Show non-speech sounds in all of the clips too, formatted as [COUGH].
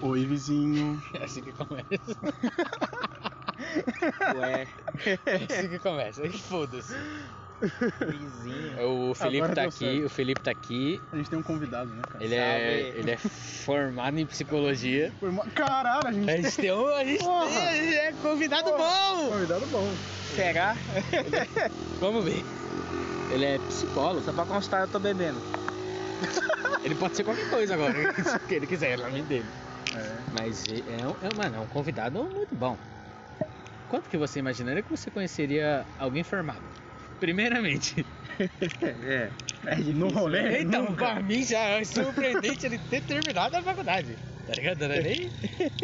Oi, vizinho. É assim que começa. Ué, É assim que começa. E Foda-se. vizinho. O Felipe Agora tá deu aqui, certo. o Felipe tá aqui. A gente tem um convidado, né, cara? Ele é, Salve. ele é formado em psicologia. Foi uma- Caralho, a gente A tem gente tem um. A gente Porra. tem- a gente é convidado Porra. um bom! convidado bom. [LAUGHS] Será? Vamos ver. Ele é psicólogo. Só pra constar, eu tô bebendo. Ele pode ser qualquer coisa agora, [LAUGHS] se ele quiser, é o nome dele. É. Mas é, é um- é, mano, é um convidado muito bom. Quanto que você imaginaria que você conheceria alguém formado? Primeiramente. É. É no rolê? então, nunca. pra mim já é surpreendente ele ter terminado a faculdade. Tá ligado? Era [LAUGHS] nem.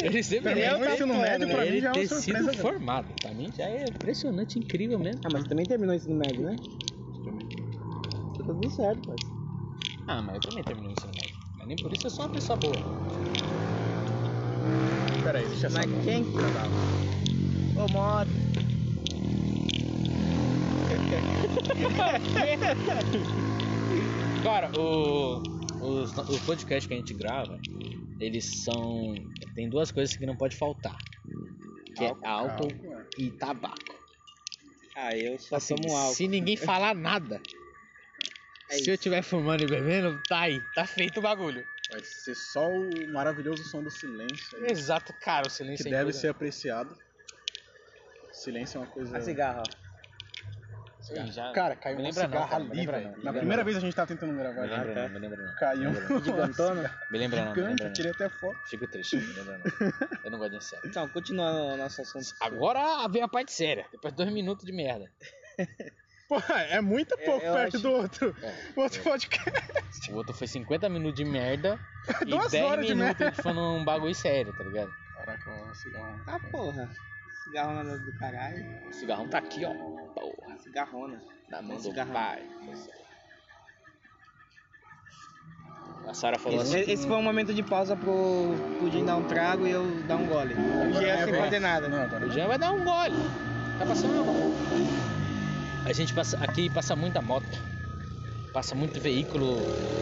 Ele sempre é Terminou ele o ensino ter- médio, pra ele mim, já é uma ter surpresa sido grande. formado. Pra mim já é impressionante, incrível mesmo. Ah, mas também terminou o ensino médio, né? Tá tudo certo, mas. Ah, mas eu também terminei o ensino médio. Mas nem por isso eu sou uma pessoa boa. Pera aí, deixa eu só... Mas quem? Ô, [LAUGHS] moto. Cara, o, os, os podcasts que a gente grava, eles são. Tem duas coisas que não pode faltar. Que é álcool e tabaco. Ah, eu só Assim, tomo álcool. Se ninguém falar nada. É se isso. eu tiver fumando e bebendo, tá aí, tá feito o bagulho. Vai ser só o maravilhoso som do silêncio. aí, Exato, cara, o silêncio Que é deve coisa- ser apreciado. Silêncio é uma coisa... A cigarra. Ih, já- Cara, caiu me uma lembra não, cigarra cara, me ali, lembra velho. não, me Na lembra primeira não. vez a gente tava tentando gravar. Me lembra cara. não, me lembra não. Caiu. um Gigantona? Me lembra não, me Gigante, lembra não. tirei até foto. Fico triste, me lembra não. Eu não gosto de inseto. Então, continuando o nosso assunto. Agora vem a parte séria. Depois de dois minutos de merda. Porra, é muito É, pouco eu perto acho- do outro. É. O outro podcast. O outro foi 50 minutos de merda [LAUGHS] e Duas 10 horas minutos de merda. a gente falando um bagulho sério, tá ligado? Caraca, uma cigarra. Ah, porra. Cigarrona do- do caralho. O cigarrão tá aqui, ó. Porra, Cigarrona. na mão do Cigarrão. pai. A Sara falou Esse, assim. esse foi um momento de pausa pro Pudim dar um trago e eu dar um gole. O Jean é sem fazer nada. é Não, agora O Jean vai dar um gole. Tá passando uma A gente passa. Aqui passa muita moto. Passa muito veículo.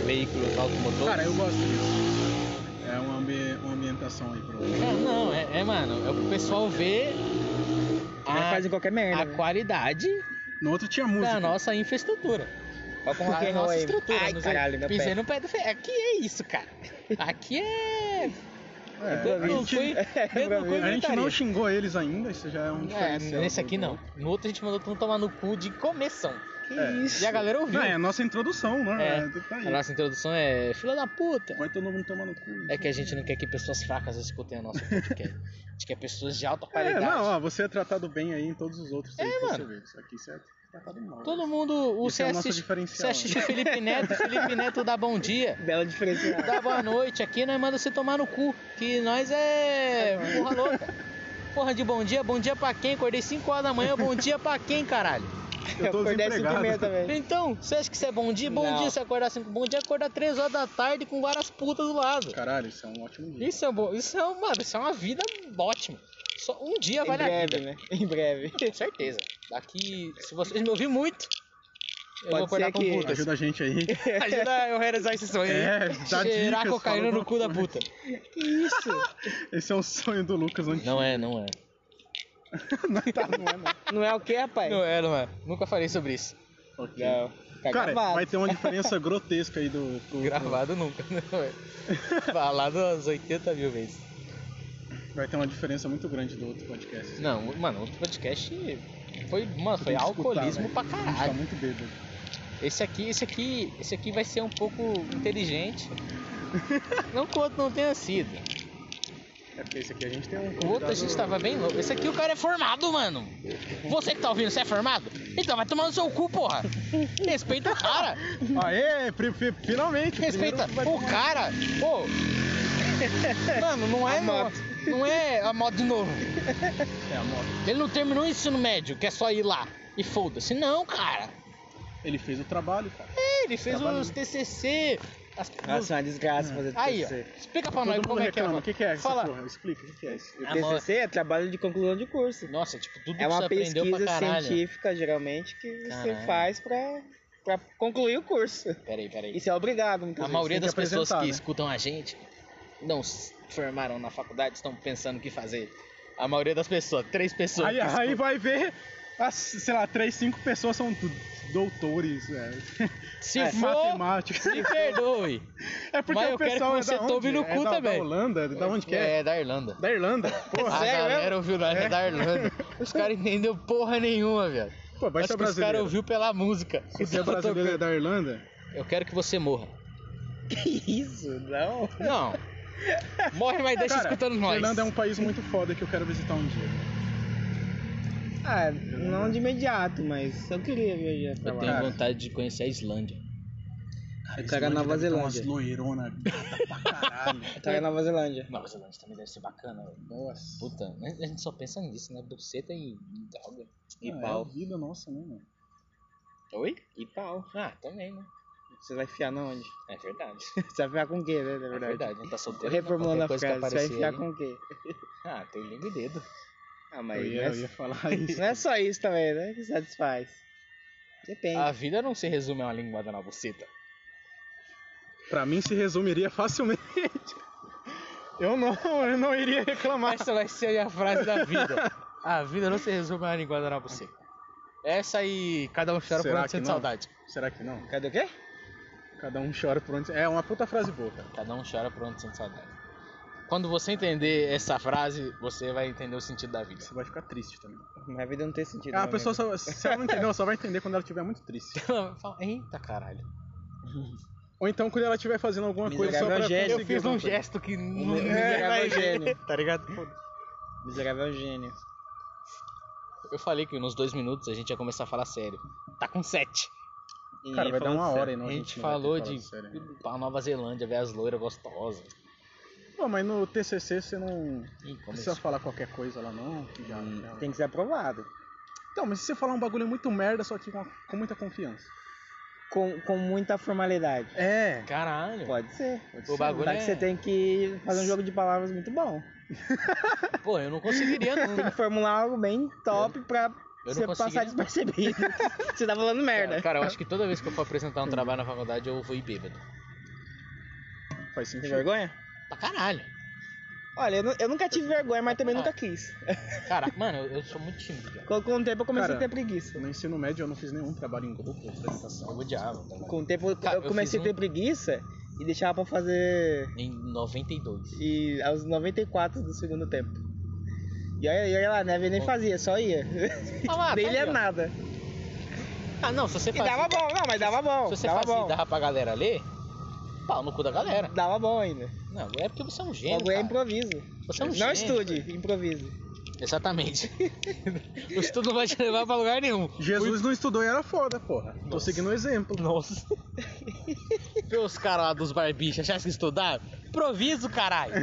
Veículos automotores. Cara, eu gosto disso. É uma, ambi- uma ambientação aí pro. É, não, é, é, mano, é o pessoal ver Mas a, fazem qualquer merda. a né? qualidade No outro tinha da música. É, nossa infraestrutura. Toca um rock A and roll nossa aí. estrutura. Ai, nos- caralho, meu pisei [LAUGHS] pé. no pé do ferro. Aqui é isso, cara. Aqui é. É, eu a, não gente, fui. Eu não fui a gente não inventaria. xingou eles ainda, isso já é um É, diferencial. nesse aqui não. No outro a gente mandou todo mundo tomar no cu de começam. Que É. isso? E a galera ouviu. Não, é a nossa introdução, né? É. É, tá aí. A nossa introdução é fila da puta. Vai todo mundo tomando cu. É que a gente não quer que pessoas fracas escutem o nosso podcast. a gente quer pessoas de alta É, qualidade. É, não, ó, você é tratado bem aí em todos os outros. aí que mano. Você vê. Isso aqui você é tratado mal. Todo mundo. O Esse é o CS nosso Você diferencial. né? assiste o Felipe Neto, o Felipe Neto dá bom dia, Bela diferença. dá boa noite aqui, nós manda você tomar no cu, que nós é porra louca. Porra de bom dia, bom dia pra quem? Acordei 5 horas da manhã, bom dia pra quem, caralho? Eu [LAUGHS] tô acordei às cinco e desempregado. meia também. Então, você acha que isso é bom dia? Bom Não. dia se acordar 5, bom dia é acordar 3 horas da tarde com várias putas do lado. Caralho, isso é um ótimo dia. Isso é bom, isso é, mano, isso é uma vida ótima. Só um dia Em vale a breve, vida. né? Em breve. Com certeza. Daqui, se vocês me ouvirem muito, eu Pode vou acordar ser com que- putas. Ajuda a gente aí. [LAUGHS] Ajuda eu a realizar esse sonho. hein? É, dá Cheirar dicas, cocaína fala no cu da alguma puta. Que isso? Esse é um sonho do Lucas antigo. Não é, não é. [LAUGHS] Não [LAUGHS] tá, não é, não. Não é o que, rapaz? Não é, não é. Nunca falei sobre isso. Ok. Não. Tá Cara, gravado. vai ter uma diferença grotesca aí do. pro- Gravado nunca, [LAUGHS] não é. Falado umas 80 mil vezes. Vai ter uma diferença muito grande do outro podcast. Não, mano, outro podcast foi, mano, foi Tem que alcoolismo escutar, pra velho. A gente tá caralho. muito bêbado. Esse aqui, esse aqui, esse aqui vai ser um pouco [LAUGHS] inteligente. Não que o outro não tenha sido. É porque esse aqui a gente tem um. O outro a convidado- gente tava bem louco. Esse aqui o cara é formado, mano. Você que tá ouvindo, você é formado? Então vai tomar no seu cu, porra. Respeita o cara. Aê, pri- fi- finalmente! tá- Respeita primeiro vai o tomar- cara, pô. Mano, não é A não, moto. não é a moto de novo. É, a moto. Ele não terminou o ensino médio, que é só ir lá e foda-se. Não, cara. Ele fez o trabalho, cara. É, Ele fez Trabalho. Ah, os TCC. as- Nossa, é uma desgraça fazer aí, ó. TCC. Explica pra Todo nós mundo como é que é. reclama. O que, que é essa Fala. porra? Explica, o que, que é isso? A O TCC é trabalho de conclusão de curso. Nossa, tipo, tudo É que você uma aprendeu pra pesquisa caralho. científica, geralmente, que Caralho. você faz pra, pra concluir o curso. Peraí, peraí. Isso é obrigado, muitas A vezes. maioria tem das que pessoas que apresentar, né? escutam a gente não se formaram na faculdade estão pensando o que fazer. A maioria das pessoas, três pessoas. Aí, que aí escutam. vai ver, as, sei lá, três, cinco pessoas são do- doutores, velho. [LAUGHS] se É, for, matemática. me perdoe. É porque Mas o eu quero pessoal que é você da onde? tome no É cu da, também. Da Holanda? Da onde que é? É, da Irlanda. Da [LAUGHS] Irlanda. a Porra, galera ouviu na É. é. da Irlanda. Os caras entenderam porra nenhuma, velho. Pô, vai Acho ser que os caras brasileiro. ouviu pela música. Se você é Então, tô- brasileiro é da Irlanda, Eu quero que você morra. Que [LAUGHS] isso? Não. [LAUGHS] Não. Morre, mas deixa Cara, escutando nós. Irlanda é um país muito foda que eu quero visitar um dia. Ah, não de imediato, mas eu queria viajar pra Eu lá. tenho Cara. vontade de conhecer a Islândia. Eu quero a é Nova deve ter Zelândia. Umas loironas gata [LAUGHS] pra caralho. Eu tava em Nova Zelândia. Nova Zelândia também deve ser bacana. velho. Nossa. Puta, né? a gente só pensa nisso, né? Buceta e e droga. E Ah, É a pau. vida nossa, né, mano? Oi? E pau. Ah, também, né? Você vai ficar na onde? [LAUGHS] É verdade. Você vai ficar com o quê, né? Na É verdade. verdade, a gente tá Tô solteiro. né? reformulando a Qualquer coisa frase. que Você vai aparecer ficar aí- com o quê? Ah, tem língua e dedo. Ah, mas Eu não é ia, eu ia [LAUGHS] falar isso. Não é só isso também, né? Que satisfaz. Depende. A vida não se resume a uma linguada na buceta. pra mim se resumiria facilmente. Eu não, eu não iria reclamar. Essa vai ser a frase da vida. A vida não se resume a uma linguada na buceta. Essa aí, cada um chora por Será onde que sente não? saudade. Será que não? Cadê o quê? Cada um chora por onde. É uma puta frase boa, cara. Cada um chora por onde sente saudade. Quando você entender essa frase, você vai entender o sentido da vida. Você vai ficar triste também. Minha vida não tem sentido. Ah, a meu pessoa amigo. só, se ela não entendeu, só vai entender quando ela estiver muito triste. Ela fala, eita caralho. Ou então quando ela estiver fazendo alguma Me coisa só jogaram pra gel. conseguir Eu fiz um alguma coisa. gesto [LAUGHS] que não É, é. mi- né? miserável é vai ver, gênio. Tá ligado? Miserável é um gênio. Eu falei que nos dois minutos a gente ia começar a falar sério. Tá com sete. E Cara, vai dar falando uma sério. hora e não é? a gente, não vai ter falou falado de sério. pra Nova Zelândia, ver as loiras gostosas. Pô, mas no TCC você não Ih, como precisa isso? falar qualquer coisa lá não. que já- já- Tem que ser aprovado. Então, mas se você falar um bagulho muito merda, só que com, com muita confiança. Com, com muita formalidade. É. Caralho. Pode ser. O bagulho Só é... que você tem que fazer um jogo de palavras [LAUGHS] muito bom. Pô, eu não conseguiria [LAUGHS] Tem nunca. que formular algo bem top pra não você consegui- passar despercebido. [LAUGHS] você tá falando merda. Cara, cara, eu acho que toda vez que eu for apresentar um trabalho na faculdade, eu vou ir bêbado. Faz Tem sentido. vergonha? Pra caralho. Olha, eu, nu- eu nunca tive vergonha, mas Ah. também nunca quis. Cara, mano, eu, eu sou muito tímido, cara. Com, com o tempo eu comecei Cara, a ter preguiça. No ensino médio eu não fiz nenhum trabalho em grupo, apresentação. Eu odiava. o trabalho. Com o tempo eu- Cara, eu eu comecei a fiz ter um- preguiça e deixava pra fazer Em 92. e, aos 94 do segundo tempo. E olha, e olha lá, né? Eu nem fazia, só ia. Ah lá, tá [LAUGHS] nem aí, lia ó. nada. Ah, não, se você E dava bom, não, mas dava bom. Se você dava fazia e bom. dava pra galera ler, pau no cu da galera. Dava bom ainda. Não, é porque você é um gênio. Logo é cara. improviso. Você é um não gênio, estude, [LAUGHS] improvise. [LAUGHS] Exatamente. o estudo não vai te levar pra lugar nenhum. Jesus não estudou e era foda, porra. Tô seguindo o exemplo. Nossa. Vê os caras lá dos barbichos, achasse que estudar? Improviso, caralho.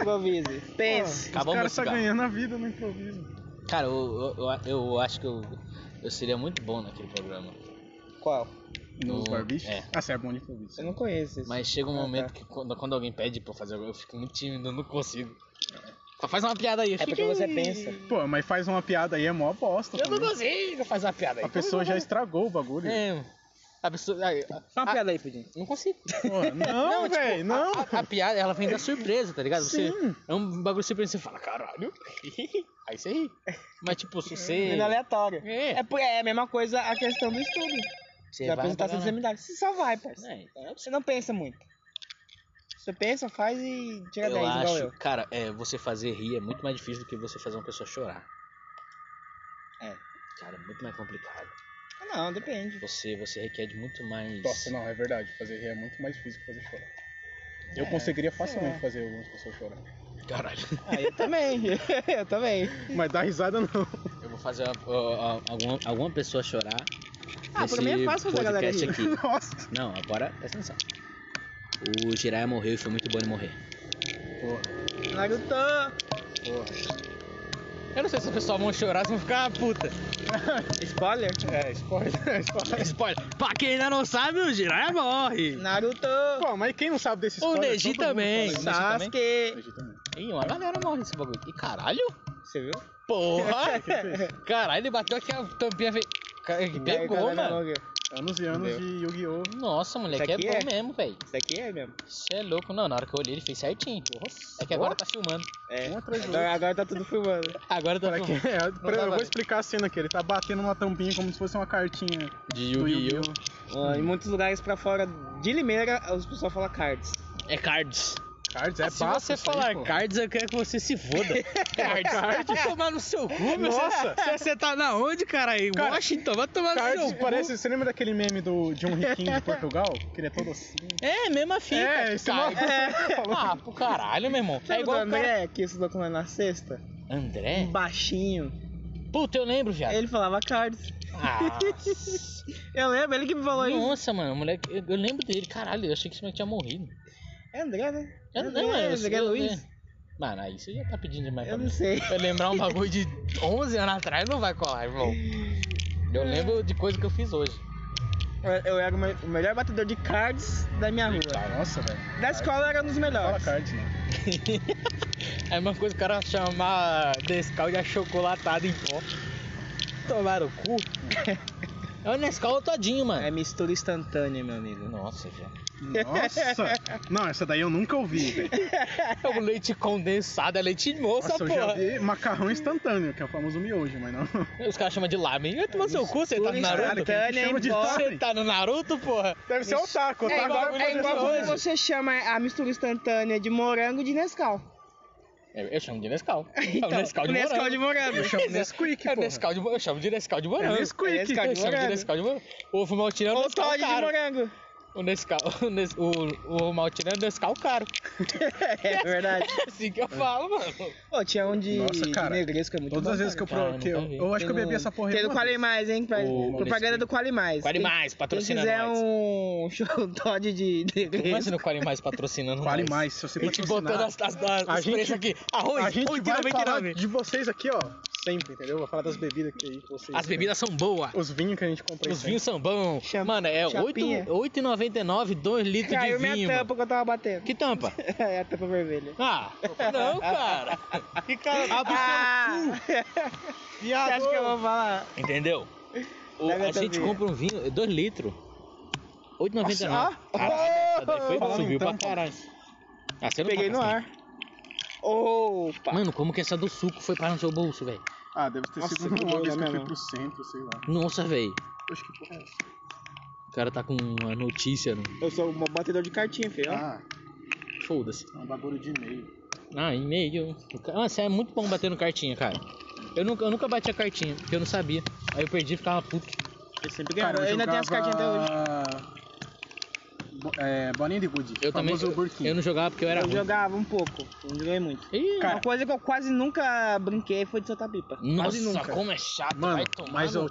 Improvise. Pense. Os Acabou meu caras tá cigarro. ganhando a vida no improviso. Cara, eu, eu, eu- eu acho que eu, eu seria muito bom naquele programa. Qual? Nos No- barbichos? é. Ah, você é bom de improviso. Eu não conheço isso. Mas chega um Ah, momento tá. que quando, quando alguém pede pra eu fazer, eu fico muito tímido, eu não consigo. Fa- Faz uma piada aí. É porque você pensa. Pô, mas faz uma piada aí, é mó bosta. Eu não também. consigo fazer uma piada aí. A pessoa já estragou o bagulho. É, a pessoa... aí, a- Dá uma a- piada aí, Pudim. não consigo. Porra, [LAUGHS] não, tipo, velho, não. A, a- a piada, ela [LAUGHS] vem da surpresa, tá ligado? Você, Sim. é um bagulho surpresa, você fala, caralho. [LAUGHS] Aí você ri. Mas tipo, se você... Sendo aleatório. É. É, por- é a mesma coisa a questão do estudo. Você da vai apresentação pra do caralho. seminário. Você só vai, parceiro. É, então, Você não pensa muito. Você pensa, faz e tira 10, Eu igual acho, eu. cara, é, você fazer rir é muito mais difícil do que você fazer uma pessoa chorar. É. Cara, é muito mais complicado. Ah, Não, depende. Você, você requer de muito mais. Nossa, não, é verdade. Fazer rir é muito mais difícil que fazer chorar. Eu É, conseguiria facilmente é. fazer algumas pessoas chorar. Caralho. Ah, eu também. [LAUGHS] eu também. Mas dar risada não. Eu vou fazer uma- ó, ó, alguma, alguma pessoa chorar. Ah, pra nesse mim é fácil fazer a galera podcast rir. aqui. [LAUGHS] Nossa. Não, agora presta atenção. O Jiraiya morreu e foi muito bom ele morrer. Porra, Naruto! porra. Eu não sei se as pessoas vão chorar, se vão ficar puta. Spoiler? É, spoiler, [LAUGHS] spoiler. Spoiler. Pra quem ainda não sabe, o Jiraiya morre. Naruto! Pô, mas quem não sabe desse O spoiler? Neji Todo mundo também. fala isso. Sasuke! Neji também. Ih, uma galera morre nesse bagulho. E caralho? Você viu? [LAUGHS] [LAUGHS] É. Porra! Caralho, ele bateu aqui a tampinha fez. Cara, que Aí o cara é Pegou, não mano. morreu. Anos e anos Entendeu? de Yu-Gi-Oh! Nossa, moleque, Isso é aqui bom é. mesmo, velho. Isso aqui é mesmo. Você é louco. Não, na hora que eu olhei, ele fez certinho. É que agora tá filmando. É. Um atrás do Agora, agora tá tudo filmando. Agora tá Pra quem- filmando. é, pra- dá eu vou pra- explicar a cena aqui. Ele tá batendo uma tampinha como se fosse uma cartinha De do é. Yu-Gi-Oh! Yu-Gi-Oh! Ó, em muitos lugares pra fora de Limeira, os pessoal falam cards. É cards. Cards, é Se papo Assim você isso aí, falar pô. cards, [LAUGHS] eu quero que você se foda. [LAUGHS] cards. Vai tomar no seu cu, meu. Nossa! Você, você tá na onde, cara? Em Cara, Washington? Vai tomar no seu Cards cu. parece. Você lembra daquele meme do, de um riquinho de Portugal? Que ele é todo assim. É, mesma fita. É, esse Cards. maluco. [LAUGHS] Ah, pro caralho, meu irmão. É Sabe igual o o cara... É. André, que estudou com nós na sexta? André? Um baixinho. Puta, eu lembro, viado. Ele falava cards. [LAUGHS] Ah, Eu lembro, ele que me falou isso. nossa, mano, moleque, eu, eu lembro dele, caralho, eu achei que esse moleque tinha morrido. É André, né? Eu, André, André eu- Luiz? Mano, aí você já tá pedindo demais Eu pra mim. não sei. Eu lembrar um bagulho de 11 anos atrás não vai colar, irmão. É. Eu lembro de coisa que eu fiz hoje. [LAUGHS] Eu- Eu era o me- o melhor batedor de cards da minha rua. Ah, Nossa, velho. Da escola eu era um dos Fala melhores. cards, né? É a mesma coisa que o cara chamar Nescau de achocolatado em pó. Tomaram o [LAUGHS] cu. É o Nescau todinho, É mano. mistura instantânea, meu amigo. Nossa, viado. Nossa! Não, essa daí eu nunca ouvi, [LAUGHS] velho. É o leite condensado, é leite moça, Nossa, eu já porra. vi macarrão instantâneo, que é o famoso miojo, mas não. Os caras chamam de lamen. Vai tomar seu cu, você tá no Mistura Caralho, Naruto? quem Instantânea chama de em pó. lamen? Você tá no Naruto, porra? Deve ser o taco, o É taco igual, vai é fazer igual essa quando coisa. você chama a mistura instantânea de morango [LAUGHS] de Nescau. Eu, eu chamo de Nescau. Então, é o Nescau de o Nescau de morango. morango. Eu [LAUGHS] chamo Nesquik, É o pô. Nescau de morango. Eu chamo de Nescau de morango. É Nesquik. É Nescau de Eu chamo de morango. Nescau de morango. O ovo maltino é o Ou Nescau Todd de caro. morango. O Nescau... [LAUGHS] O, Nes, o, o ovo maltino é o Nescau caro. [LAUGHS] [LAUGHS] É verdade. É assim que eu falo, mano. Pô, tinha um de, Nossa, cara. de negresco, é muito Todas bom, as vezes que cara. eu. Cara, pro- que eu, nunca vi. eu acho que eu Tem bebi no- essa porra. aí Tem no uma vez. Quali Mais, hein? pra- O- propaganda do Quali Mais. Quali Mais, Quem patrocina fizer é nós. é um show Todd de negresco. Imagina o Quali Mais patrocinando Quali nós. Mais, se você A gente patrocinar. botando as, as, as, A os preços gente- aqui. Arroz, A gente vai falar 8,99. de vocês aqui, ó. Sempre, entendeu? Vou falar das bebidas que aí vocês. As bebidas são boas. Os vinhos que a gente compra. aí Os sempre. vinhos são bons. Cham- Mano, é oito- chapinha. 8,99, 2 litros Caiu de vinho. minha mano. tampa que eu tava batendo. Que tampa? [LAUGHS] é a tampa vermelha. Ah, não, cara. Que cara. Abre Ah! o [LAUGHS] Você viado. acha que eu vou falar? Entendeu? O- Deve a até gente vir. compra um vinho, 2 litros. 8,99. Nossa, ó. Caralho, essa daí foi, Falando subiu em pra tampa. caralho. Ah, você não Peguei no compra ar. Opa! assim. Mano, como que essa do suco foi parar no seu bolso, velho? Ah, deve ter Nossa, sido que uma doido, vez que né, eu fui mano? pro centro, sei lá. Nossa, velho. Acho que porra é essa? O cara tá com uma notícia. né? Eu sou um batedor de cartinha, filho. ó. Ah, Foda-se. é um bagulho de e-mail. Ah, e-mail. Ah, você é muito bom batendo cartinha, cara. Eu nunca, eu nunca bati a cartinha, porque eu não sabia. Aí eu perdi e ficava puto. Eu sempre ganhava. Eu ainda tenho as cartinhas até hoje. Bo- É, bolinha de gude. Eu também. famoso Burkin. Eu não jogava porque eu era eu ruim. jogava um pouco, não joguei muito. Ih, Cara, Uma coisa que eu quase nunca brinquei foi de soltar pipa. nossa, quase nunca. como é chato. Mano, vai tomar mas no eu,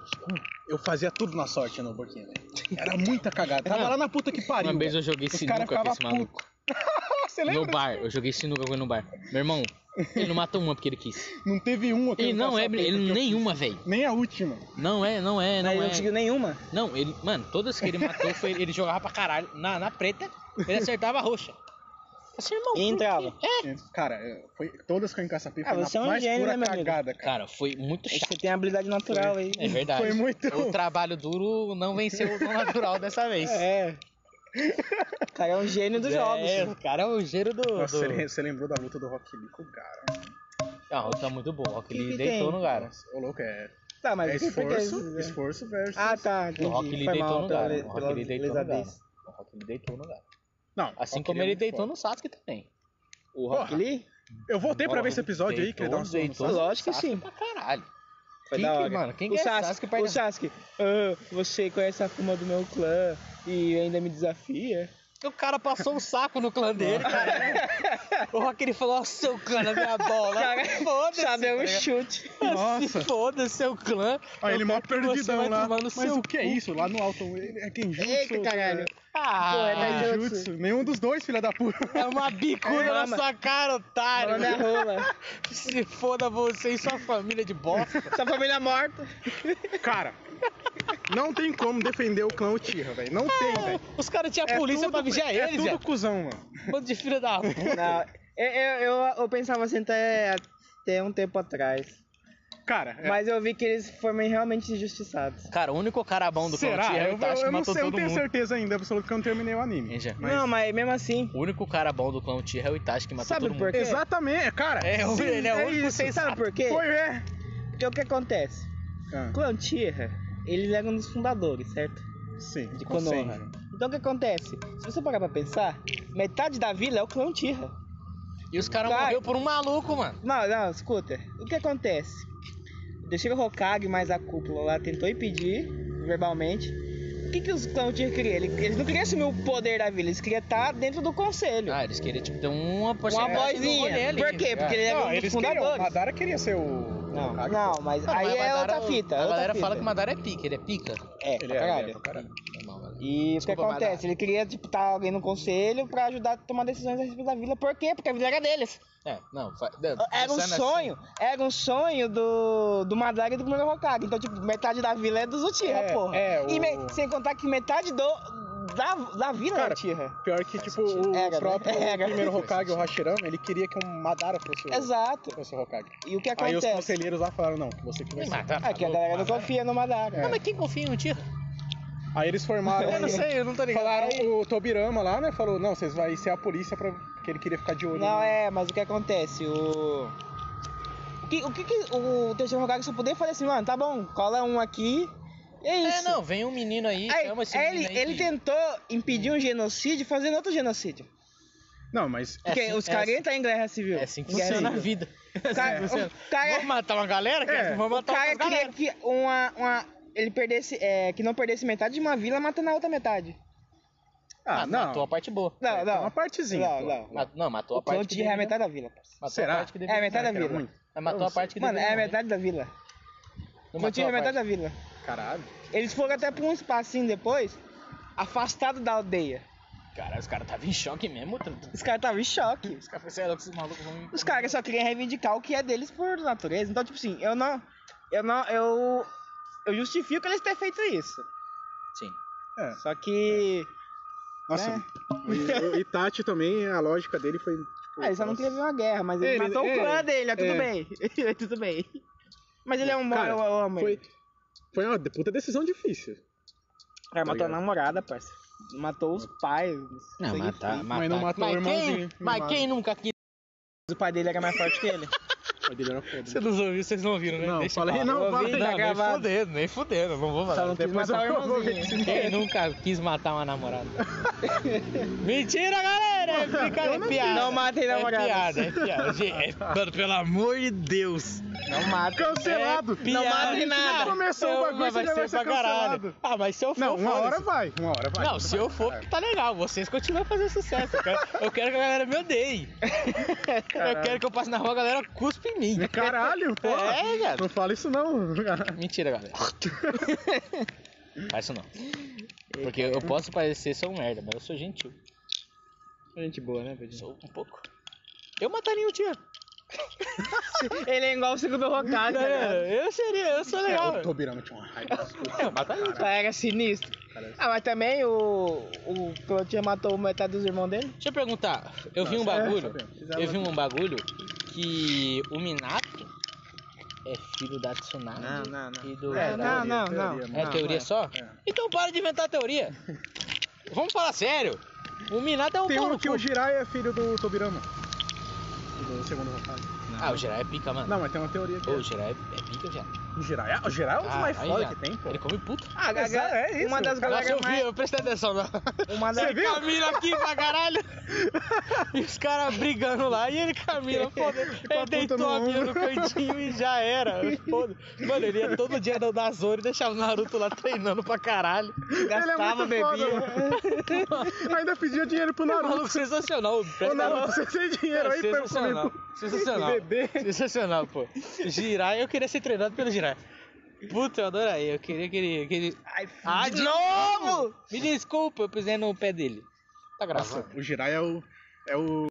eu fazia tudo na sorte no Burkina. Era muita cagada. Tava lá na puta que pariu. Uma vez eu velho. joguei Os sinuca caras com esse ficavam maluco. putos. [LAUGHS] Você No lembra? bar, eu joguei sinuca com ele no bar. Meu irmão, ele não matou uma porque ele quis. Não teve um aqui. Ele não é, ele nenhuma, velho. Nem a última. Não é, não é, não Mas eu não é. conseguiu nenhuma. Não, ele, mano, todas que ele matou foi ele jogava pra caralho. Na, na preta, ele acertava a roxa. Assim, irmão, E por quê? entrava. É. Cara, eu- foi, todas que eu encaçapei Ah, foi você é na um mais gênio, pura né, meu amigo? cagada, cara. Cara, foi muito É que chato. você tem habilidade natural aí. É verdade. Foi muito- O trabalho duro não venceu o não natural dessa vez. É. O cara é um gênio dos jogos. É, o cara é o gênio do. Nossa, você do... lem- você lembrou da luta do Rock Lee com o cara. Não, tá muito bom. Rock Que Lee que deitou tem? no né? cara. Nossa, ô louco, é, Tá, é mas o que foi que esforço, eles- esforço versus... Ah, tá. entendi. O Rock Lee Foi deitou mal no pela- cara. O Rock pela Lee deitou no cara. lesadez. O Rock Lee deitou no cara. Não, Assim Rock como Lee é ele muito deitou foda. no Sasuke também. O Porra, Rock Rock Lee? Eu voltei pra ver esse episódio aí, que ele dá um deitou, sono. deitou Sasuke. no Lógico que Sasuke sim. Pra caralho. Foi Quem da que, hora. mano, quem o que é Sasuke, Sasuke pra- O Sasuke. "Ah, você conhece a Akuma do meu clã e ainda me desafia? O cara passou um saco no clã dele, cara. o Rock Lee falou, ó, seu clã na minha bola. Foda-se. Já deu tá um ligado? chute. Nossa. [LAUGHS] Se foda, seu clã. Aí ele Eu mó quero que você perdidão vai lá. tomar no Mas seu o que é isso? Lá no alto ele é Kenjutsu. Eita, caralho. Pô, é Ah, mais É Jutsu. Nenhum dos dois, filha da puta. é uma bicuda É, na mas- sua cara, otário. Olha minha rola. Se foda você e sua família de [LAUGHS] bosta. Sua família morta. Cara, não tem como defender o clã Uchiha, velho. Não tem, velho. Os caras tinham É polícia tudo- pra vigiar é eles, tudo velho. cuzão, mano. Bando de filha da puta. Não, eu, eu, eu, eu pensava assim até, até um tempo atrás. Cara, é- Mas eu vi que eles foram realmente injustiçados. Cara, o único carabão do será? Clout é o eu, Itachi eu que não, matou sei, eu não todo tenho mundo. certeza ainda, absoluto, porque eu não terminei o anime. Ninja. Mas- é Não, mas mesmo assim, O único carabão do Clown Tier é o Itachi que matou Sabe todo mundo. por quê? Exatamente, cara. É, sim, ele é o único isso. sensato. sabe por quê? Foi, é. Porque o que acontece? Ah, Clã Tira, eles eram um dos fundadores, certo? sim, De Konoha. consciente. Então o que acontece? Se você parar pra pensar, metade da vila é o clã Tira. E os caras Cara. morreram por um maluco, mano. Não, não, escuta. O que acontece? Deixaram o Hokage mais a cúpula lá, tentou impedir verbalmente. O que, que os clã Tira queriam? Eles eles não queriam assumir o poder da vila, eles queriam estar dentro do conselho. Ah, eles queriam, tipo, ter uma uma porcentagem do rolê vozinha. ali. tá Por quê? Porque ele é Não, era um dos eles queriam. O fundadores. Madara queria ser o. Não, Hokage, não, mas Mano, aí mas é Madara- outra fita. A outra galera fala fita. que o Madara é pica, ele é pica. É, Ele pra é, caralho. ele é pra caralho. Não, galera. E o que Desculpa, acontece? Madara. Ele queria, tipo, estar alguém no conselho pra ajudar a tomar decisões a respeito da vila. Por quê? Porque a vila era deles. É, não. fa- Era um pensando assim- sonho. Era um sonho do, do Madara e do primeiro Hokage. Então, tipo, metade da vila é dos Uchiha, É, porra. é, o- E me- sem contar que metade do, da, da vila Cara, é Uchiha. Pior que, tipo, o Era, né? [LAUGHS] próprio Era. primeiro Hokage, o Hashirama, ele queria que o Madara fosse o, Exato. fosse o Hokage. E o que Aí os acontece? conselheiros lá falaram, não, você que vai Ih, ser. Madara, É que a falou, galera não assim, Madara. confia no É, Madara. Não, mas quem confia em um tiro? Aí eles [LAUGHS] formaram. Eu não sei, eu não tô ligado. Falaram Aí- o Tobirama lá, né? Falou, não, vocês vão ser a polícia pra... porque ele queria ficar de olho. Não, no- é, mas o que acontece? O. O que o, que que o terceiro Hokage só poderia fazer assim, mano? Tá bom, cola um aqui. É isso. É, não, vem um menino aí, Aí, chama esse ele, menino aí. ele que- tentou impedir um genocídio fazendo outro genocídio. Não, [LAUGHS] mas. É Porque assim- os é caras assim- entram em guerra civil. É assim que Guerra funciona a civil. vida. É assim Cara, que funciona. o cara- Vamos matar uma galera? É. Vamos O matar uma cara queria galera. que uma, uma- ele perdesse, é, que não perdesse metade de uma vila matando a outra metade. Ah, Mas não. Matou a parte boa. Não, É não. uma partezinha. Não, pô. não. Ma- Não, matou O a parte clã que Tira é a devia- metade da vila. parceiro. Matou Será? a parte que É a devia. metade da Será que era vila. muito? Mas Matou a parte que Mano, devia é a morrer. metade da vila. Não O matou Tira é a metade da vila. Caralho. Eles foram até pra um espacinho depois, afastado da aldeia. parte. Cara, os caras estavam em choque mesmo. tu- tu- Os caras estavam em choque. Os caras pensaram que esses malucos vão... me- Os caras só queriam reivindicar o que é deles por natureza. Então, tipo assim, eu não. Eu não. Eu. Eu justifico eles terem feito isso. Sim. É. Só que. Nossa. Né? o- O Itachi também, a lógica dele foi. Tipo, Ah, ele só não queria ver uma guerra, mas ele, Ele- matou o ele- clã dele, é tudo é. bem. [LAUGHS] é tudo bem. Mas ele é um bom, Cara, eu, eu amo Foi, ele. foi uma puta decisão difícil. O cara matou a ligado? namorada, parceiro. Matou os pais. sangue frio. Mas não matou o irmãozinho. Quem, mas quem nunca quis? O pai dele era mais forte que ele. Mas ele era é foda. né? Vocês não ouviram, vocês não ouviram, né? Não, Deixa falei, eu falar. não, Eu falei. ouvi, Não, tá nem gravado. fudendo, nem fudendo, não vou tá Só falar. não quis Depois matar o eu vou ver irmãozinho. Quem nunca quis matar uma [LAUGHS] namorada? Mentira, galera! É, brincadeira, é piada. Não matem É namoradas. piada, é piada. Gente, [LAUGHS] é- Mano, pelo amor de Deus. Não mata. Cancelado! É piada. Não mata nada. Já começou o Não, bagulho, mas você já vai ser pra caralho. cancelado. Ah, mas se eu for, Não, uma foda-se. hora vai. Uma hora vai. Não, se eu for, porque tá legal. Vocês continuam fazendo sucesso. Eu quero, eu quero que a galera me odeie. Eu quero que eu passe na rua, a galera cuspe em mim. [LAUGHS] Caralho, pô. [LAUGHS] É, cara. Não fala isso não. Mentira, galera. [LAUGHS] Faz isso não. Porque eu posso parecer só um merda, mas eu sou gentil. Gente boa, né, Sou um pouco. Eu mataria o tio. [LAUGHS] Ele é igual o segundo Hokage, né? eu seria, eu sou É, É, o Tobirama tinha uma raiva. absurda. Eu mataria o tio. Só Era sinistro. Cara, Ah, mas também o. O Clotinha matou metade dos irmãos dele? Deixa eu perguntar. Eu vi um Não, é, bagulho. sabemos. Eu vi um bagulho que o Minato é filho da Tsunade. Não, não, não. E do É, da não, Ori. não, teoria, não. teoria, É não, teoria é. só? É. Então para de inventar teoria. Vamos falar sério. O Minato é um Tem pau um no que cu. o Jiraiya é filho do Tobirama. Do segundo Hokage. Ah, o Jiraiya é pica, mano. Não, mas tem uma teoria Ô, o dele. Jiraiya é é pica, já. O Jiraiya, o Jiraiya é um dos mais Caralho, foda já. que tem, pô. Ele come puta. Ah, a- Exato, é isso. Uma Nossa, das galera eu vi, mais. eu prestei atenção não. Uma das... Você é viu? Camila aqui pra caralho. E os caras brigando lá e ele [LAUGHS] Camila, foda. a Ele puta deitou no a minha no um ombro. cantinho e já era. Foda. Mano, ele ia todo dia da Zoro e deixava o Naruto lá treinando pra caralho. Gastava, ele é muito bebia. foda, [LAUGHS] mano. Ainda pedia dinheiro pro Naruto. Naruto. Maluco sensacional. Ô, presta Naruto, atenção. você tem dinheiro aí pra eu sensacional. comer. Sensacional. Bebê. Sensacional, pô. Jirai, eu queria ser treinado pelo Jirai. Puta, eu adoraria. Eu queria que ele. que ele- Ai, Ah, de de novo! Me desculpa, eu pisei no pé dele. Tá gravando. O Jiraiya é o... É o...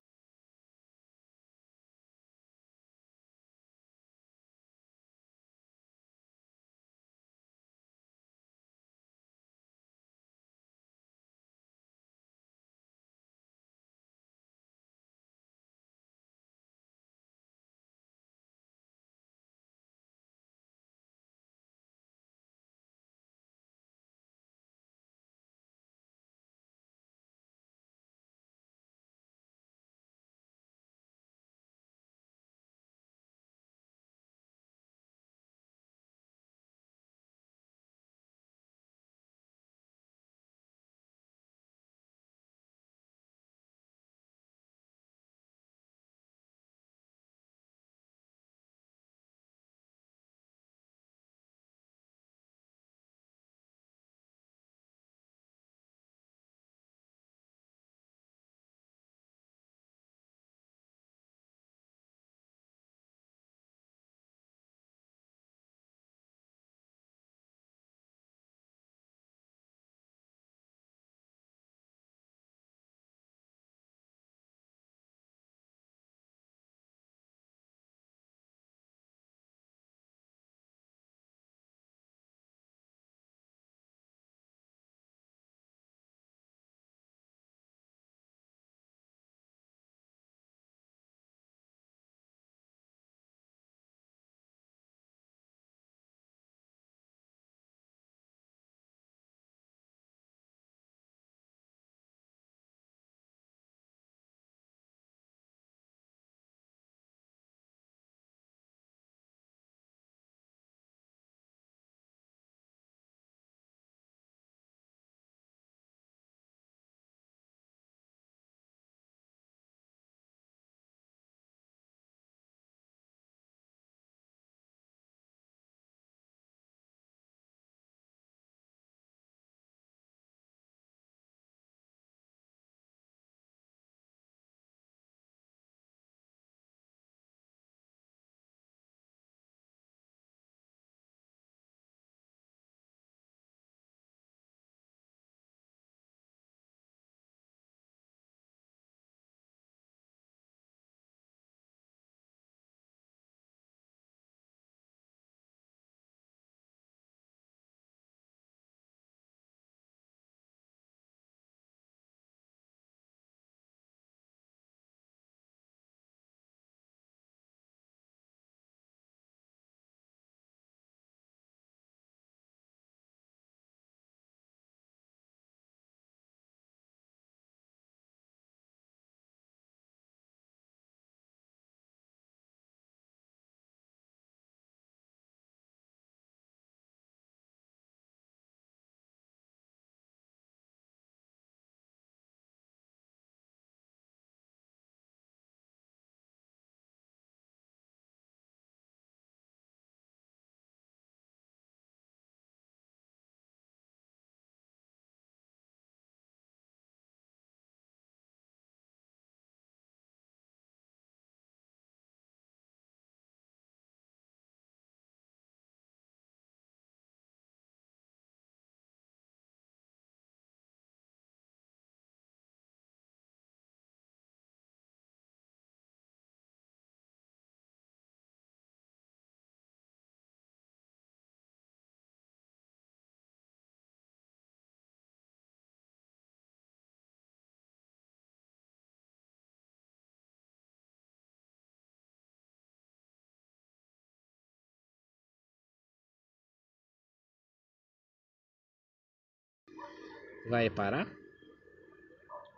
Vai parar?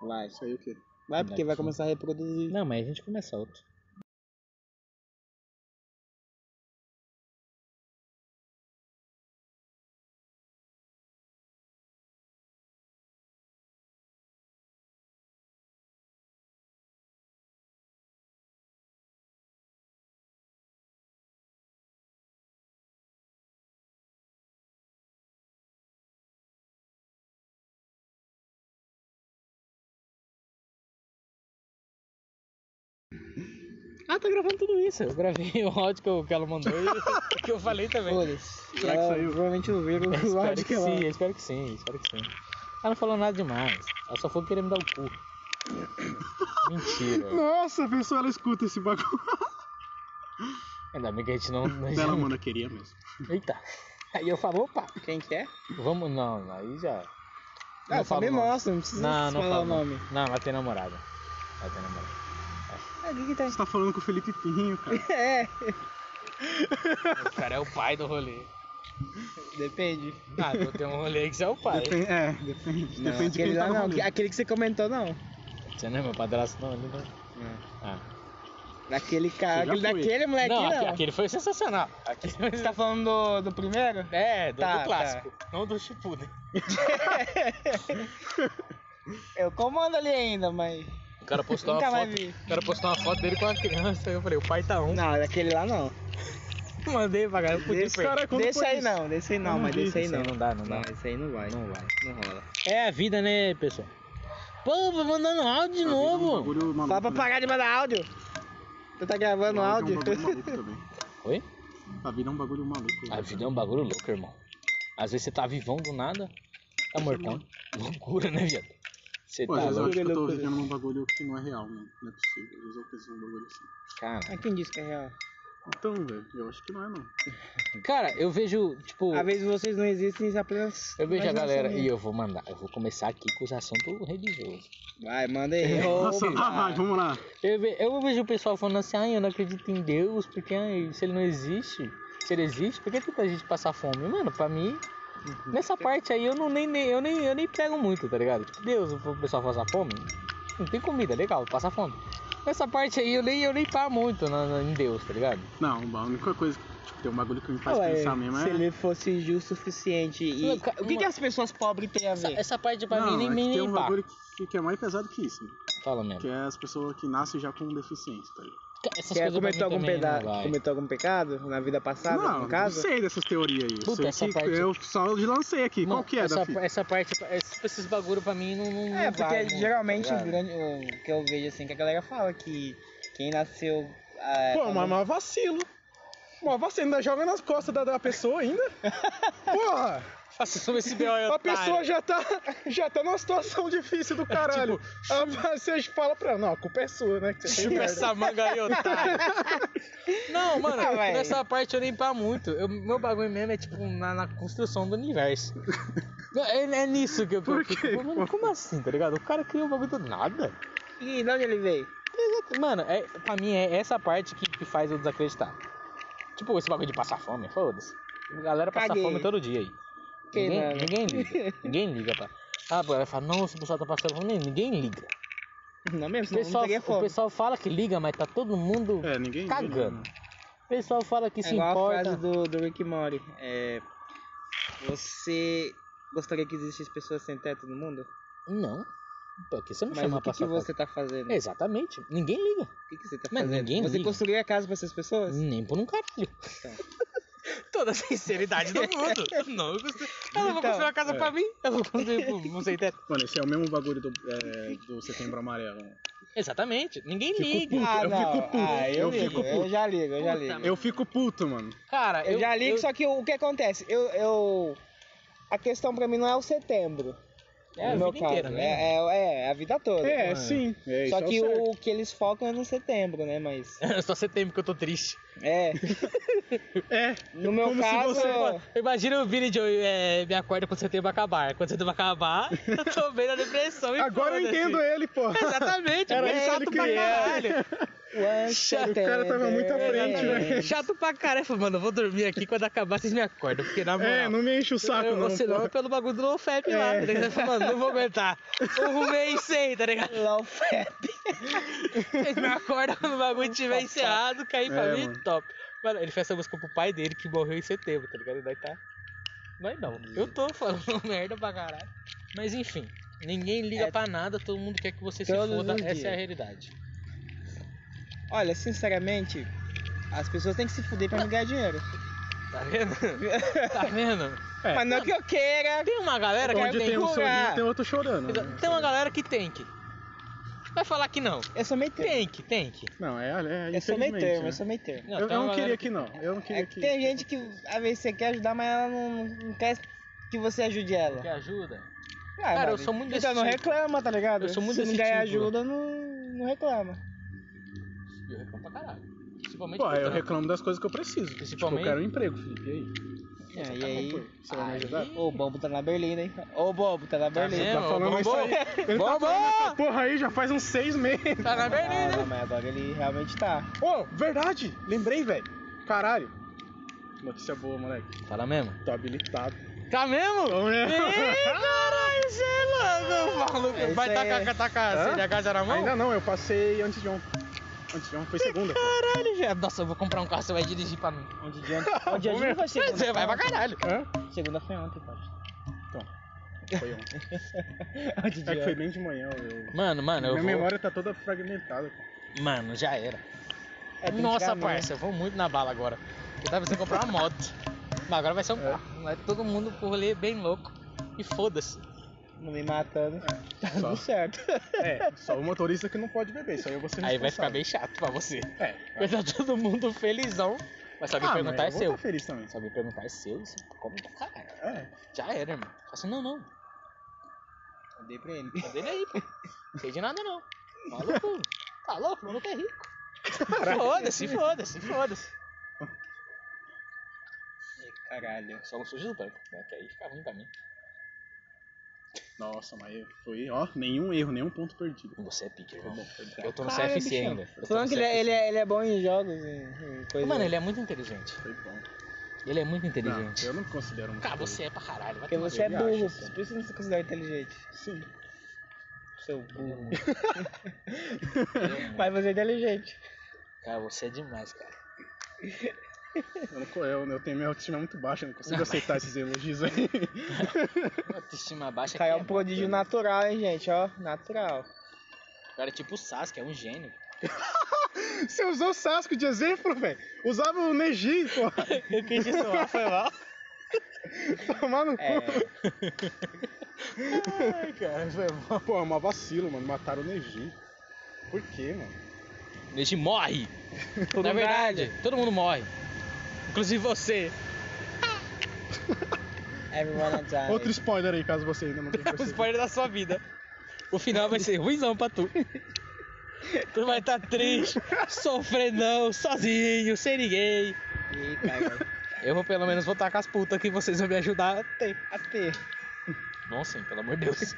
Vai. Isso aí o quê? Vai, porque vai começar a reproduzir. Não, mas a gente começa outro. Ah, tá gravando tudo isso. Eu gravei o áudio que, o- que ela mandou e que eu falei também. Foda-se. Será que Ela saiu? Provavelmente ouviram Eu o espero áudio que que ela... sim, eu espero que sim, eu espero que sim. Ela não falou nada demais. Ela só foi querer me dar o cu. Mentira. Nossa, a pessoa ela escuta esse bagulho. Ainda bem que a gente não. a gente Ela, não- mano, eu queria mesmo. Eita. Aí eu falo, opa, Quem que é? vamos. Não, não, aí já. Ah, só falo me o nome. mostra, não precisa Não, não né, falar falo o nome. Não, mas tem namorada. Ela tem namorada. Ah, o que que tá... Você tá falando com o Felipe Pinho, cara. [LAUGHS] É, O cara é o pai do rolê. depende. Ah, tu tem um rolê que você é o pai. Depen- é, depende. Não, depende de aquele quem tá lá no não, rolê. aquele que você comentou não. Você não é meu padrasto, não, ele não. É. Ah. Daquele já cara, aquele, foi. daquele moleque Não, não. aque- aquele foi sensacional. Aquele [LAUGHS] foi Você tá falando do, do primeiro? [LAUGHS] É, do, Tá, do clássico. Não do Shippuden. Eu comando ali ainda, mas... O cara postou Nunca uma mais foto. vi. O cara postou uma foto dele com a criança. Eu falei, o pai tá um. Não, daquele lá não. Mandei pra galera. Podia Desse, perder. cara- é quando desse foi aí isso? não, desse aí Eu não, não mas vi, desse aí Esse aí não. não dá, não dá. esse aí não vai. Não vai. Não rola. É a vida, né, pessoal? Pô, vou mandando áudio de é Tá vendo? Um novo. bagulho maluco, Fala pra né? parar de mandar áudio. Tu tá gravando A áudio? vida é um bagulho maluco também. Oi? A vida é um bagulho maluco. A vida é um bagulho louco, irmão. Às vezes você tá vivão do nada, tá [LAUGHS] mortão. Loucura, né, viado? Você Pô, tá às vezes eu louco. acho que eu tô loucura. vivendo num bagulho que não é real, mano. Não é possível. Às vezes eu penso num bagulho assim. Cara, [LAUGHS] Ah, quem disse que é real? Então, velho, eu acho que não é, não. cara, eu vejo, tipo. Às vezes vocês não existem, isso é apenas. Eu vejo a imaginação galera minha. e eu vou mandar. Eu vou começar aqui com os assuntos religiosos. Vai, manda [LAUGHS] aí. Nossa, lá vai, vamos lá. Eu, ve- eu vejo o pessoal falando assim, ai, eu não acredito em Deus, porque ai, se ele não existe, se ele existe, por que tanta gente passar fome? Mano, pra mim, Uhum. nessa parte aí eu não nem, nem- eu nem, eu nem pego muito, tá ligado? Tipo, Deus, o pessoal passar fome, não tem comida, é legal, passa fome. Nessa parte aí eu nem, eu nem paro muito na- na- em Deus, tá ligado? Não, a única coisa que tipo, tem um bagulho que me faz Ué, pensar mesmo Se é. ele fosse justo o suficiente. E... Não, ca- O que, que uma- as pessoas pobres têm a Essa, ver? essa parte pra Não, mim é nem, que nem, tem nem um pá. bagulho que, que é mais pesado que isso, mano. Fala mesmo. que é as pessoas que nascem já com deficiência, tá ligado? Essas coisas pra Quer mim cometeu algum, também não peda... vai. cometeu algum pecado na vida passada, não, no caso? não sei dessas teorias aí. Puta, eu, essa sei que parte- eu só lancei aqui. Mano, Qual que é, essa, Dafi? essa parte, esses, esses bagulho pra mim não, não É, não vai porque muito, geralmente tá o, ligado? [LAUGHS] grande, o que eu vejo assim que a galera fala que quem nasceu. é, ah, Pô, com- tá mas mó vacilo. Mó vacilo, ainda joga nas costas da, da pessoa [LAUGHS] ainda. Porra! Faça sobre esse B.O. A otário. pessoa já tá, já tá numa situação difícil do caralho. Ah, Você fala pra ela, não, a culpa é sua, né? Que você fez Chupa merda." essa manga aí, otário. [LAUGHS] Não, mano, Ah, véi. nessa parte eu nem pá muito. Eu- meu bagulho mesmo é tipo na, na construção do [LAUGHS] universo. É, é nisso que eu, que eu Por quê? fico. Mano, como assim, tá ligado? O cara criou o bagulho do nada. E de onde ele veio? Exato. Mano, é, pra mim é essa parte que, que faz eu desacreditar. Tipo, esse bagulho de passar fome, foda-se. A galera passa Caguei. fome todo dia aí. Que Ninguém, nada. ninguém liga. [LAUGHS] Ninguém liga, pá. Ah, a galera fala, não, esse pessoal tá passando fome. Ninguém liga. [LAUGHS] Não O mesmo, pessoal, não teria o fome. pessoal fala que liga, mas tá todo mundo É, ninguém. cagando. O pessoal fala que é se igual a importa. frase do, do Rick Mori. É, você gostaria que existissem pessoas sem teto no mundo? Não. Porque você não Mas chama o que, que passar você tá fazendo? O Exatamente. Ninguém liga. que, que você tá Mas fazendo? ninguém você liga. construiu a casa pra essas pessoas? Nem por um caralho. [LAUGHS] Toda a sinceridade do [LAUGHS] mundo. Não, eu constru... Eu não vou Tá. Então, construir uma casa pra mim. Eu vou construir pro você ter. Mano, esse é o mesmo bagulho do, é, do Setembro Amarelo. Exatamente. Ninguém liga. puto, Ah, eu não. fico puto, Ah, eu, eu ligo, fico puto. eu já ligo, eu já Puta, ligo. mano. Eu fico puto, mano. Cara, Eu, já ligo, só que o que acontece? Eu, eu. A questão pra mim não é o setembro. É a no meu vida caso. inteira, né? É, é, é a vida toda. É, Ah, sim. É, Só isso é que certo. o, que eles focam é no setembro, né? Mas. [LAUGHS] Só setembro que eu tô triste. É. É, No meu Como se caso. você- Imagina o Vini Joe é, me acorda quando setembro acabar. Quando setembro acabar, [LAUGHS] eu tô bem na depressão. e agora eu foda-se. entendo ele, porra. Exatamente, Era bem isso que é. É chato ele pra queria. caralho. [LAUGHS] O cara tava muito à frente, né? [LAUGHS] velho. É, Chato pra caralho. Falei, Mano, eu vou dormir aqui quando acabar vocês me acordam. Porque na moral. É, não me enche o saco, É. eu, não. Você não é pô. pelo bagulho do LoFap lá, tá ligado? Eu falei, Mano, não vou aguentar. Arrumei e sei, tá ligado? Lá o Feb. Vocês me acordam quando o bagulho tiver encerrado, cair pra É, mim, mano. top. Mano, ele fez essa música pro pai dele que morreu em setembro, tá ligado? E daí tá. Mas não, eu tô falando [LAUGHS] merda pra caralho. Mas enfim, ninguém liga É. pra nada, todo mundo quer que você se Todos foda, os essa dias. é a realidade. Olha, sinceramente, as pessoas têm que se fuder pra me ganhar dinheiro. Tá vendo? [LAUGHS] tá vendo? É. Mas não que eu queira. Tem uma galera que é Onde eu tem tenho um que sorriso, curar. tem outro chorando. né? Tem uma galera que tem que. Vai falar que não. Eu sou meio termo. Tem que, tem que. Não, é, é Eu sou meio infelizmente. termo, né? eu sou meio termo. Eu, tem eu uma não galera queria que- que não. Eu não É queria que que. tem gente que às vezes você quer ajudar, mas ela não, não quer que você ajude ela. Que ajuda. Ah, Cara, eu mano, sou muito Então desse não tipo. reclama, tá ligado? Eu sou muito Se desse não ganhar tipo. ajuda, não, não reclama. Eu reclamo pra caralho. Principalmente tá Pô, pro eu trampo. reclamo das coisas que eu preciso. Tipo, eu Principalmente- quero um emprego, Felipe. E aí? Tá É, e aí? pô, você vai me ajudar? Aí- Ô, o Bombo tá na Berlina, hein? Ô, o Bombo tá na Berlim. vendo? Tá ô, falando Bombom. isso aí. Ele tá Bombom! falando essa porra aí já faz uns seis meses. Tá na Ah, Berlim, não, né? mas agora ele realmente tá. Ô, verdade! Lembrei, velho. Caralho. Notícia boa, moleque. Fala mesmo. Tô habilitado. Tá mesmo? Tô mesmo. Ih, caralho, você é louco, maluco. É isso Vai aí. tacar tá, tá, Hã? a CDH na mão? Ainda não, eu passei antes de ontem. Antes de ontem foi segunda. pô. Caralho, já. Nossa, eu vou comprar um carro, você vai dirigir pra mim. Onde [LAUGHS] dia Onde dia foi segunda? tá? Você vai pra caralho. Hã? Segunda foi ontem, cara. Foi ontem. [LAUGHS] Onde É que dia? foi bem de manhã. Eu... Mano, mano, eu Minha vou... memória tá toda fragmentada. cara. Mano, já era. É, tem que Nossa, tirar a parça, eu vou muito na bala agora. Eu tava pensando em comprar uma moto. Mas agora vai ser um É. carro. Vai todo mundo por rolê bem louco. E foda-se. minha, Não me matando. Tá Só. tudo [LAUGHS] certo. [LAUGHS] É, só o motorista que não pode beber, só eu vou ser Aí vai ficar responsável. bem chato pra você. É. Vai estar todo mundo felizão. Mas se alguém Ah, perguntar, é mas eu vou seu. tá feliz também. Se alguém perguntar, é seu, você come pra caralho. É. Já era, irmão. Fala assim, não, não. Eu dei pra ele. É dele aí, pô. Não sei de nada, não. Maluco. Tá louco, o maluco é rico. Foda-se, foda-se, foda-se. Caralho. Só não sujo do banco, né? Que aí fica ruim pra mim. Nossa, mas eu- foi, ó, nenhum erro, nenhum ponto perdido. Você é pique, Foi irmão. bom, foi bom. Eu tô no Caralho, CFC bichão. ainda. Eu tô no Falando que ele é, CFC. ele é- ele é bom em jogos, em, em coisas. Mano, ele é muito inteligente. Foi bom. Ele é muito Não, inteligente. eu não me considero um. Cara, você é pra caralho. Vai Porque tomar você é Ele acha, burro. sim. Por isso que você se considera inteligente. Sim. Seu burro. no cu. [LAUGHS] Mas você é inteligente. [LAUGHS] Cara, você é demais, cara. Eu, não, co- eu, eu tenho minha autoestima muito baixa, eu não Ah. consigo aceitar esses elogios aí. [LAUGHS] Autoestima baixa Caio é que um prodígio natural, hein, gente? Ó, natural. O cara é tipo o Sasuke, é um gênio. Você usou o Sasuke de exemplo, velho? Usava o Neji, pô. [LAUGHS] [LAUGHS] Eu quis te zoar, foi mal. Tomar no [LAUGHS] É. cu. Ai, cara, foi mal. Pô, é uma vacilo, mano. Mataram o Neji. Por quê, mano? Neji morre. Todo Na mundo verdade, todo mundo morre. Inclusive você. Everyone dies. Outro spoiler aí, caso você ainda não tenha É O percebido. [LAUGHS] spoiler da sua vida. O final vai ser ruimzão pra tu. [LAUGHS] Tu vai estar triste, sofrendão, sozinho, sem ninguém. Eita, velho. Eu vou pelo menos voltar com as putas que vocês vão me ajudar. [LAUGHS] Tem, a ter. Bom sim, pelo amor de [LAUGHS] Deus.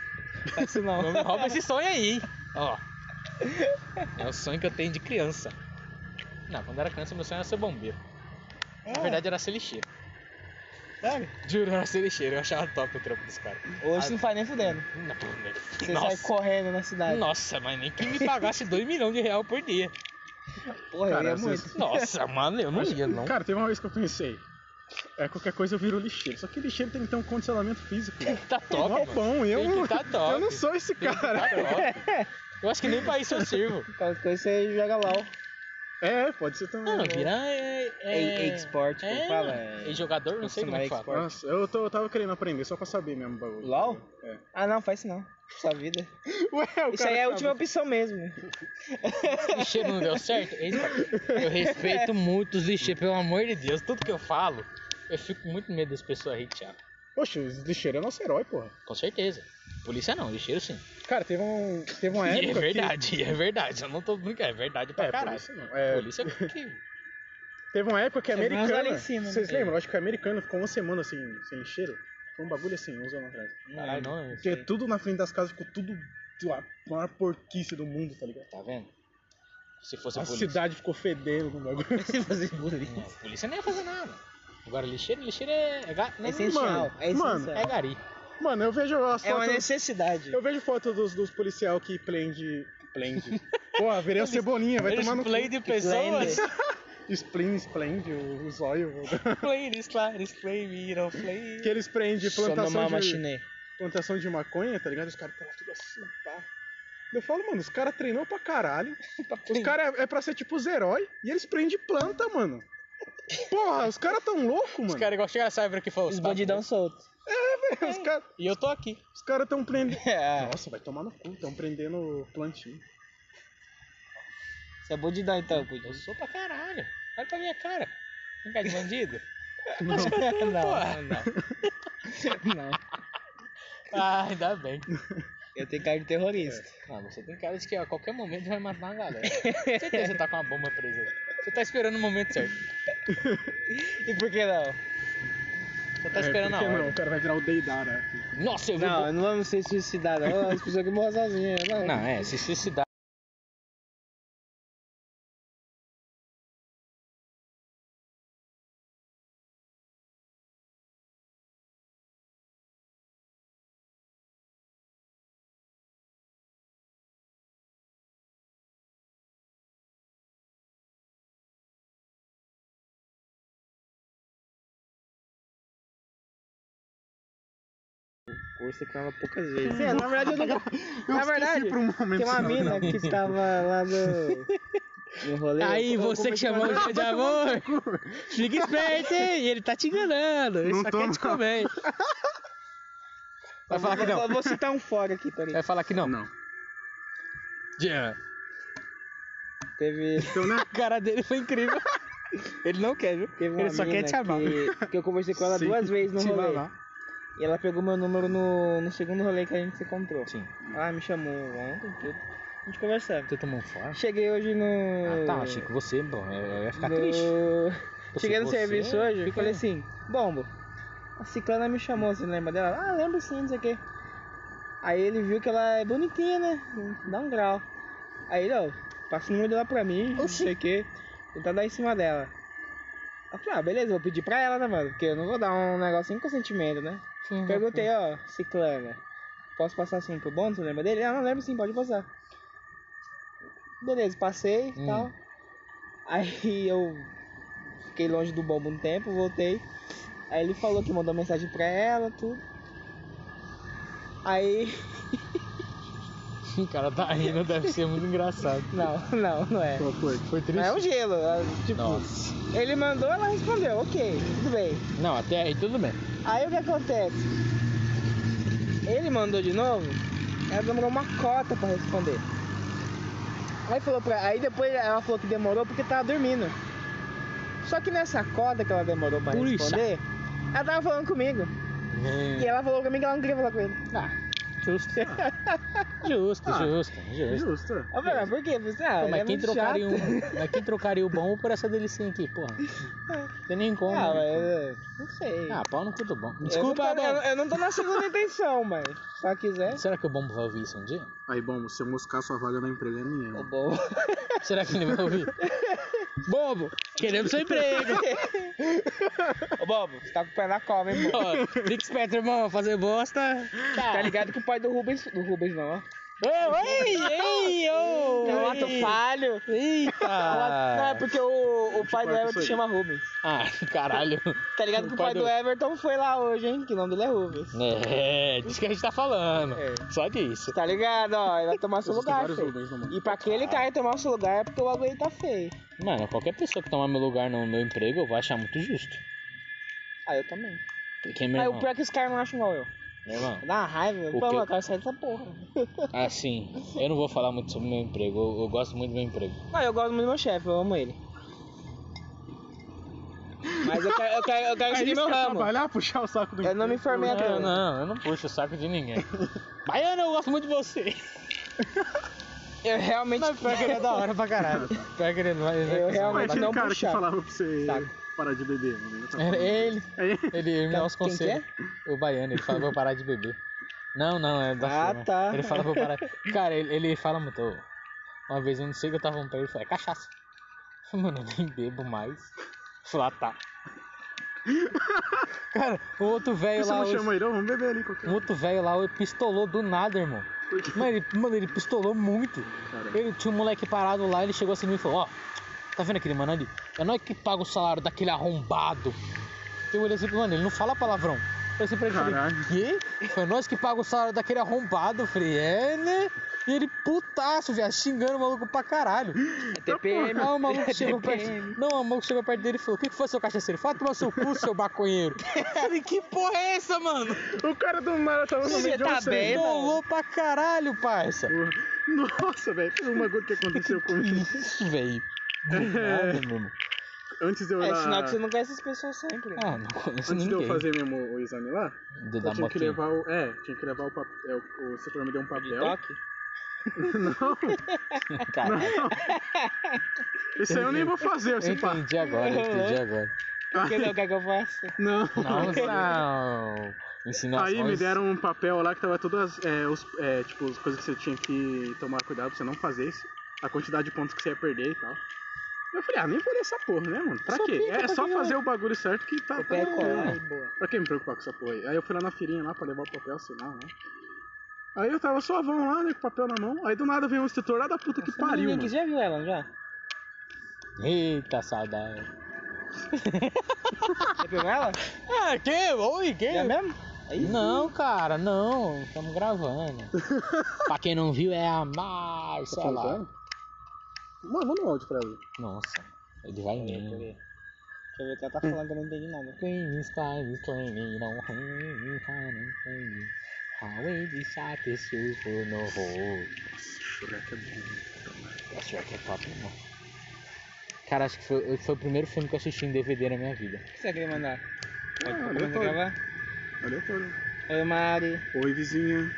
Faz isso não. Não me rouba esse sonho aí, hein? Ó. [LAUGHS] É o sonho que eu tenho de criança. Não, quando eu era criança, meu sonho era ser bombeiro. Na Ah, verdade, era ser lixeiro. sério? É. Juro, era ser lixeiro. Eu achava top o trampo dos caras. Hoje não faz nem fudendo. Não, né, Você sai Nossa. correndo na cidade. Nossa, mas nem que me pagasse 2 milhões de real por dia. Porra, Cara, eu ia você- [LAUGHS] muito. Nossa, mano, eu não ia, não. Cara, teve uma vez É que eu pensei. É, qualquer coisa eu viro lixeiro. Só que lixeiro tem que ter um condicionamento físico. Tá Mó top, mano. bom, eu Tem que não, tá [LAUGHS] top. eu não sou esse Tem que cara. tá top. Eu acho que nem pra isso eu [LAUGHS] sirvo. Qualquer coisa você joga LOL. É, pode ser também. Não, né? virar é... é... Ei, ei, esporte, como fala? É... É- E jogador, não sei como é que Profissional fala. Nossa, eu, tô- eu tava querendo aprender só pra saber mesmo o bagulho. LOL? É. Ah, não, faz isso não. Sua vida. Ué, o cara Isso tá aí é a acabou. última opção mesmo. Lixeiro não deu certo? Eita, Eu respeito muito os lixeiros, pelo amor de Deus. Tudo que eu falo, eu fico com muito medo das pessoas hatear. Poxa, o lixeiro é nosso herói, porra. Com certeza. Polícia não, lixeiro sim. Cara, teve, um, teve uma [LAUGHS] E época. é verdade, e é verdade. Eu não tô brincando, é verdade Que... pra É, caralho. polícia não. É, [LAUGHS] Polícia que. Teve uma época que a Você vai usar americana. lá em cima, né? Vocês É. lembram? Acho que a americana ficou uma semana sem, sem cheiro. Foi um bagulho assim, uns anos atrás. Caralho, não, assim, eu Porque sei. tudo na frente das casas ficou tudo. sei lá, a maior porquice do mundo, tá ligado? Tá vendo? Se fosse A polícia. cidade ficou fedendo com o bagulho. [LAUGHS] Se [LAUGHS] fazer bullying. Não, a polícia nem ia fazer nada. Agora lixeiro, lixeiro é. É, ga... É né? não, essencial. mano, é essencial. é gari. Mano, eu vejo as É uma fotos. necessidade. Eu vejo foto dos, dos policial que prende. [LAUGHS] Prende. Porra, virei o Cebolinha, vai tomar no. cu. Play de pessoas. Spleen, esplende, o, o zóio. [LAUGHS] Play this, play this, play me, não play. que eles prendem plantação Sonomama de, chinês. plantação de maconha, tá ligado? Os caras estão tudo assim, pá. Eu falo, mano, os caras treinou pra caralho. Os caras é, é pra ser tipo os heróis e eles prendem planta, mano. Porra, os caras tão loucos, mano. Os caras igual chega a cyber aqui e fala, Os "Tá, [LAUGHS] bandidão solto. [LAUGHS] Os caras E eu tô aqui. os cara tão prendendo. É, Nossa, vai tomar no cu, tão prendendo plantio. você é bandidão então, Pudim. Eu sou pra caralho. Olha pra minha cara. Vem cá de bandido. Não, É, não, não. Ah, ainda bem. Eu tenho cara de terrorista. Não, você tem cara de que a qualquer momento vai matar uma galera. [LAUGHS] Com certeza você tá com uma bomba presa. Você tá esperando o momento certo. É. E por que não? Você tá esperando é, a por que hora. não? O cara vai virar o Deidara aqui. Nossa, eu vi. um Não, eu não vamos ser suicidada. As pessoas que morram sozinhas. Não. Não, é, se suicidar. Curso que ela poucas vezes. É, na verdade eu nunca. [LAUGHS] Eu na esqueci verdade, por um momento. tem uma senão- mina que tava lá no. [LAUGHS] No rolê. Aí, Eu- eu você que comecei a chamou mandar- ele de amor. [LAUGHS] Fica esperto, hein? Ele tá te enganando. é Ele Não só tô, quer te não. comer. Vai falar que Eu não. Vou citar um fora aqui, peraí. Vai falar que não. Não. Jean. É. Teve. Então, né? A cara dele foi incrível. Ele não quer, viu? Teve uma Ele só quer mina te amar. Que, que eu conversei [LAUGHS] com ela Sim. duas vezes no Te rolê. mamar. E ela pegou meu número no, no segundo rolê que a gente se encontrou. Sim. Ela me chamou ontem, tudo. A gente conversando. Você tomou um forte? Cheguei hoje no. Ah, tá. Achei que você, bom, eu ia ficar no- triste. Cheguei no Você- serviço hoje e fica- falei assim, bombo, a ciclana me chamou, você lembra dela? Ah, lembro sim, não sei o quê. Aí ele viu que ela é bonitinha, né? Dá um grau. Aí ele, ó, passa o número dela pra mim, não sei o quê. Tentar dar em cima dela. Eu falei, ah, beleza, vou pedir pra ela, né, mano? Porque eu não vou dar um negócio sem consentimento, né? Perguntei, Uhum. ó, ciclana, posso passar assim pro bônus? Você lembra dele? Ah, não lembro sim, pode passar. Beleza, passei e Hum. tal. Aí [LAUGHS] eu fiquei longe do bombo um tempo, voltei. Aí ele falou que mandou mensagem pra ela, tudo. Aí. [LAUGHS] O cara tá rindo, deve ser muito engraçado. Não, não, não é. Qual foi? Foi triste? Não é um gelo. é, Tipo, Nossa. ele mandou, ela respondeu, ok, tudo bem. Não, até aí tudo [LAUGHS] bem. Aí o que acontece? Ele mandou de novo, ela demorou uma cota pra responder. Aí falou pra. Aí depois ela falou que demorou porque tava dormindo. Só que nessa cota que ela demorou pra Puxa. responder, ela tava falando comigo. E ela falou pra mim que ela não queria falar com ele. Hum, Ah, justo. [LAUGHS] Justo, Ah. justo, justo. Justo. é. Eu falei, mas por quê? Eu falei, ah, Pô, ele é mas, quem muito chato. trocaria um, mas quem trocaria o bom por essa delicinha aqui, [LAUGHS] porra? Não tem nem como. Ah, né? mas, não sei. Ah, pau no cu do bom. Eu Desculpa, não tô, eu, bom. eu não tô na segunda intenção, mas se ela quiser, Será que o Bombo vai ouvir isso um dia? Aí, bom, se eu moscar sua vaga no emprego é minha. o mano. bom. [LAUGHS] Será que ele vai [LAUGHS] ouvir? Bombo, queremos seu emprego. Ô Bobo, você tá com o pé na cova, hein, Bobo? Ó, Fica esperto, irmão, fazer bosta. Tá ligado que o pai do Rubens. Do Rubens não, ó. Ô, ei, ei, ô. É um ato ei. falho. Eita. Não, é porque o, o pai do corta Everton isso aí. chama Rubens. Ah, caralho. Tá ligado que o pai do Everton foi lá hoje, hein? Que o nome dele é Rubens. É, disso que a gente tá falando. É. Só disso. Tá ligado, ó. Ele vai tomar seu Existem lugar, vários filho. Rubens no mundo. E pra aquele cara tomar seu lugar é porque o bagulho tá feio. Mano, qualquer pessoa que tomar meu lugar no meu emprego, eu vou achar muito justo. Ah, eu também. Porque, meu Aí irmão, o pior é que os caras não acham igual eu. meu irmão, Dá uma raiva, O pô, que eu- eu quero sair dessa porra. [LAUGHS] assim, eu não vou falar muito sobre meu emprego. Eu, eu gosto muito do meu emprego. Não, eu gosto muito do meu chefe, eu amo ele. Mas eu quero, eu quero, eu quero Aí seguir você meu quer ramo. trabalhar, puxar o saco do Eu não me emprego? formei até Não, hoje. não, eu não puxo o saco de ninguém. Baiano, eu gosto muito de você. Eu realmente. é é hora pra caralho. Pior que ele é não É, vai- Eu Mas realmente aquele não cara puxava. que falava pra você Saco. parar de beber, mano. tá Era falando. ele. Aí- Ele me dá uns é? Quem que conselhos. O baiano, ele fala pra eu parar de beber. Não, não, é da Ah, firma. tá. Ele fala pra eu parar. Cara, ele, ele fala muito. "Ô, Uma vez eu não sei o que eu tava falando pra ele, eu falei, cachaça. [LAUGHS] Eu falei, Mano, eu nem bebo mais. Eu falei, ah, [LAUGHS] tá. Cara, o outro Por que velho você lá. não o- chama ele? Não, vamos beber ali qualquer Um outro velho lá ele pistolou do nada, irmão. Mano, ele, mano, ele pistolou muito. Caralho. Ele tinha um moleque parado lá, ele chegou assim em mim e falou, ó, tá vendo aquele mano ali? É nós que paga o salário daquele arrombado. Eu olhei assim, mano, ele não fala palavrão. Eu olhei assim pra ele, Caralho. falei, quê? Foi nós que paga o salário daquele arrombado. Eu falei, é, né? E ele putaço, viado, xingando o maluco pra caralho. É TPM. Aí o maluco [LAUGHS] chegou perto. TPM. Não, o maluco chegou perto dele e falou, o que, que foi seu cachaceiro? Fala tomar seu cu, seu maconheiro. [LAUGHS] Eu falei, que porra é essa, mano? O cara do nada tava no Você meio de tá uma bem? cena. Bolou pra caralho, parça. Nossa, velho, teve um bagulho que aconteceu [LAUGHS] comigo. Isso, velho. Do nada, mano. Antes de eu ir É sinal lá, que você não conhece as pessoas sempre. Ah, não conheço antes de eu ninguém. fazer mesmo o- o exame lá, Do eu da tinha que motinha. levar o. É, tinha que levar o papel. O setor me deu um papel. [LAUGHS] Toque. Caralho, [LAUGHS] Isso aí eu nem vou fazer, eu assim, pá. entendi agora, eu entendi agora. Quer ver o que é que eu faço? [LAUGHS] Não. Não, não. Ensinações. Aí me deram um papel lá que tava todas é, os, é, tipo, as coisas que você tinha que tomar cuidado pra você não fazer isso. A quantidade de pontos que você ia perder e tal. Eu falei, ah, nem vou ler essa porra, né, mano? Pra Só quê? clica, É pra só que fazer o bagulho certo que tá. Eu pego tá- colar e boa. Pra que me preocupar com essa porra aí? Aí eu fui lá na feirinha lá pra levar o papel, sinal, né? Aí eu tava suavão lá, né, com o papel na mão. Aí do nada veio um instrutor lá da puta que pariu, Ninguém que mano. já viu ela, não já? Eita, saudade. Já pegou ela? Ah, que? Oi, que? Já mesmo? Não, cara, não. [LAUGHS] Estamos gravando. pra quem não viu, é a Tá Marcela. Mano, manda um áudio pra ela. Nossa, ele vai Deixa eu mesmo. ver. Deixa eu ver o que ela tá falando que eu não entendi nada. Queen is time is claiming on hanging, hanging, hanging. How is it satisfied for no hope? Shrek é bom. Esse aqui é top, irmão. Cara, acho que foi, foi o primeiro filme que eu assisti em DVD na minha vida. O que você quer mandar? Pode Ah, começar a aleatório. gravar? Aleatório. Oi, Mari. Oi, vizinha.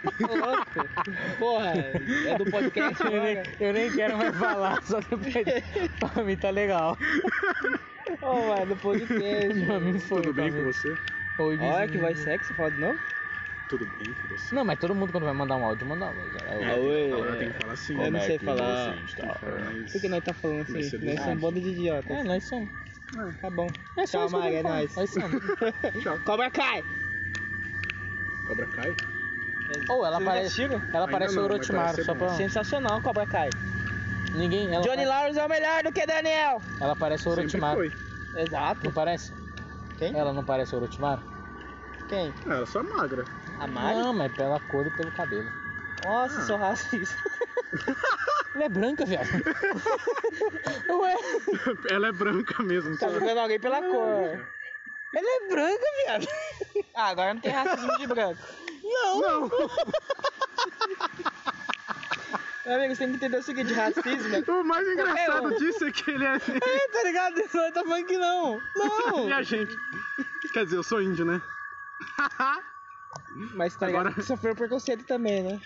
Tá louco? Porra, é do [LAUGHS] podcast agora. [LAUGHS] Eu nem quero mais falar, [LAUGHS] só que pra mim tá legal. Ô, mano, é do podcast. Pra mim foi. Tudo bem tá pra com mim. você? Oi, Olha vizinho. que voz sexy, fala de novo. Tudo bem com você? Não, mas todo mundo quando vai mandar um áudio, manda um áudio. Ah, oi. Agora tem que falar assim, Eu né? é não sei falar. Mas- Por que nós tá falando Vai assim? ser Nós somos verdade. um bando de idiota. É, nós somos. Tá bom. É só Tchau, isso que eu Mari, é quero falar. nóis. Nós somos. [LAUGHS] Cobra cai! Cobra Kai? Ou ela Vocês já parece. assistiram? Ela Ainda parece o não, mas Orochimaru, parece só bom. pra. Sensacional, Cobra Kai. Ninguém. Ela, Johnny pare- Lawrence é o melhor do que Daniel. ela parece o Sempre Orochimaru. foi. Exato. Não parece? Quem? Ela não parece o Orochimaru? Quem? Ah, Ela só é magra. [LAUGHS] A Mari? Não, mas pela cor e pelo cabelo. Nossa, sou [LAUGHS] racista. Ela é branca, viado. [LAUGHS] Ué, Ela é branca mesmo. Tá só- jogando alguém pela cor. ela é branca, viado. Ah, agora não tem racismo de branco. [LAUGHS] Não! Meu amigo, você tem que entender o seguinte, racismo [LAUGHS] é... O mais engraçado Eu- disso é que ele é. [LAUGHS] É, tá ligado? Não tá falando que não. e a gente. Quer dizer, eu sou índio, né? Mas tá ligado Agora- que sofreu preconceito também, né?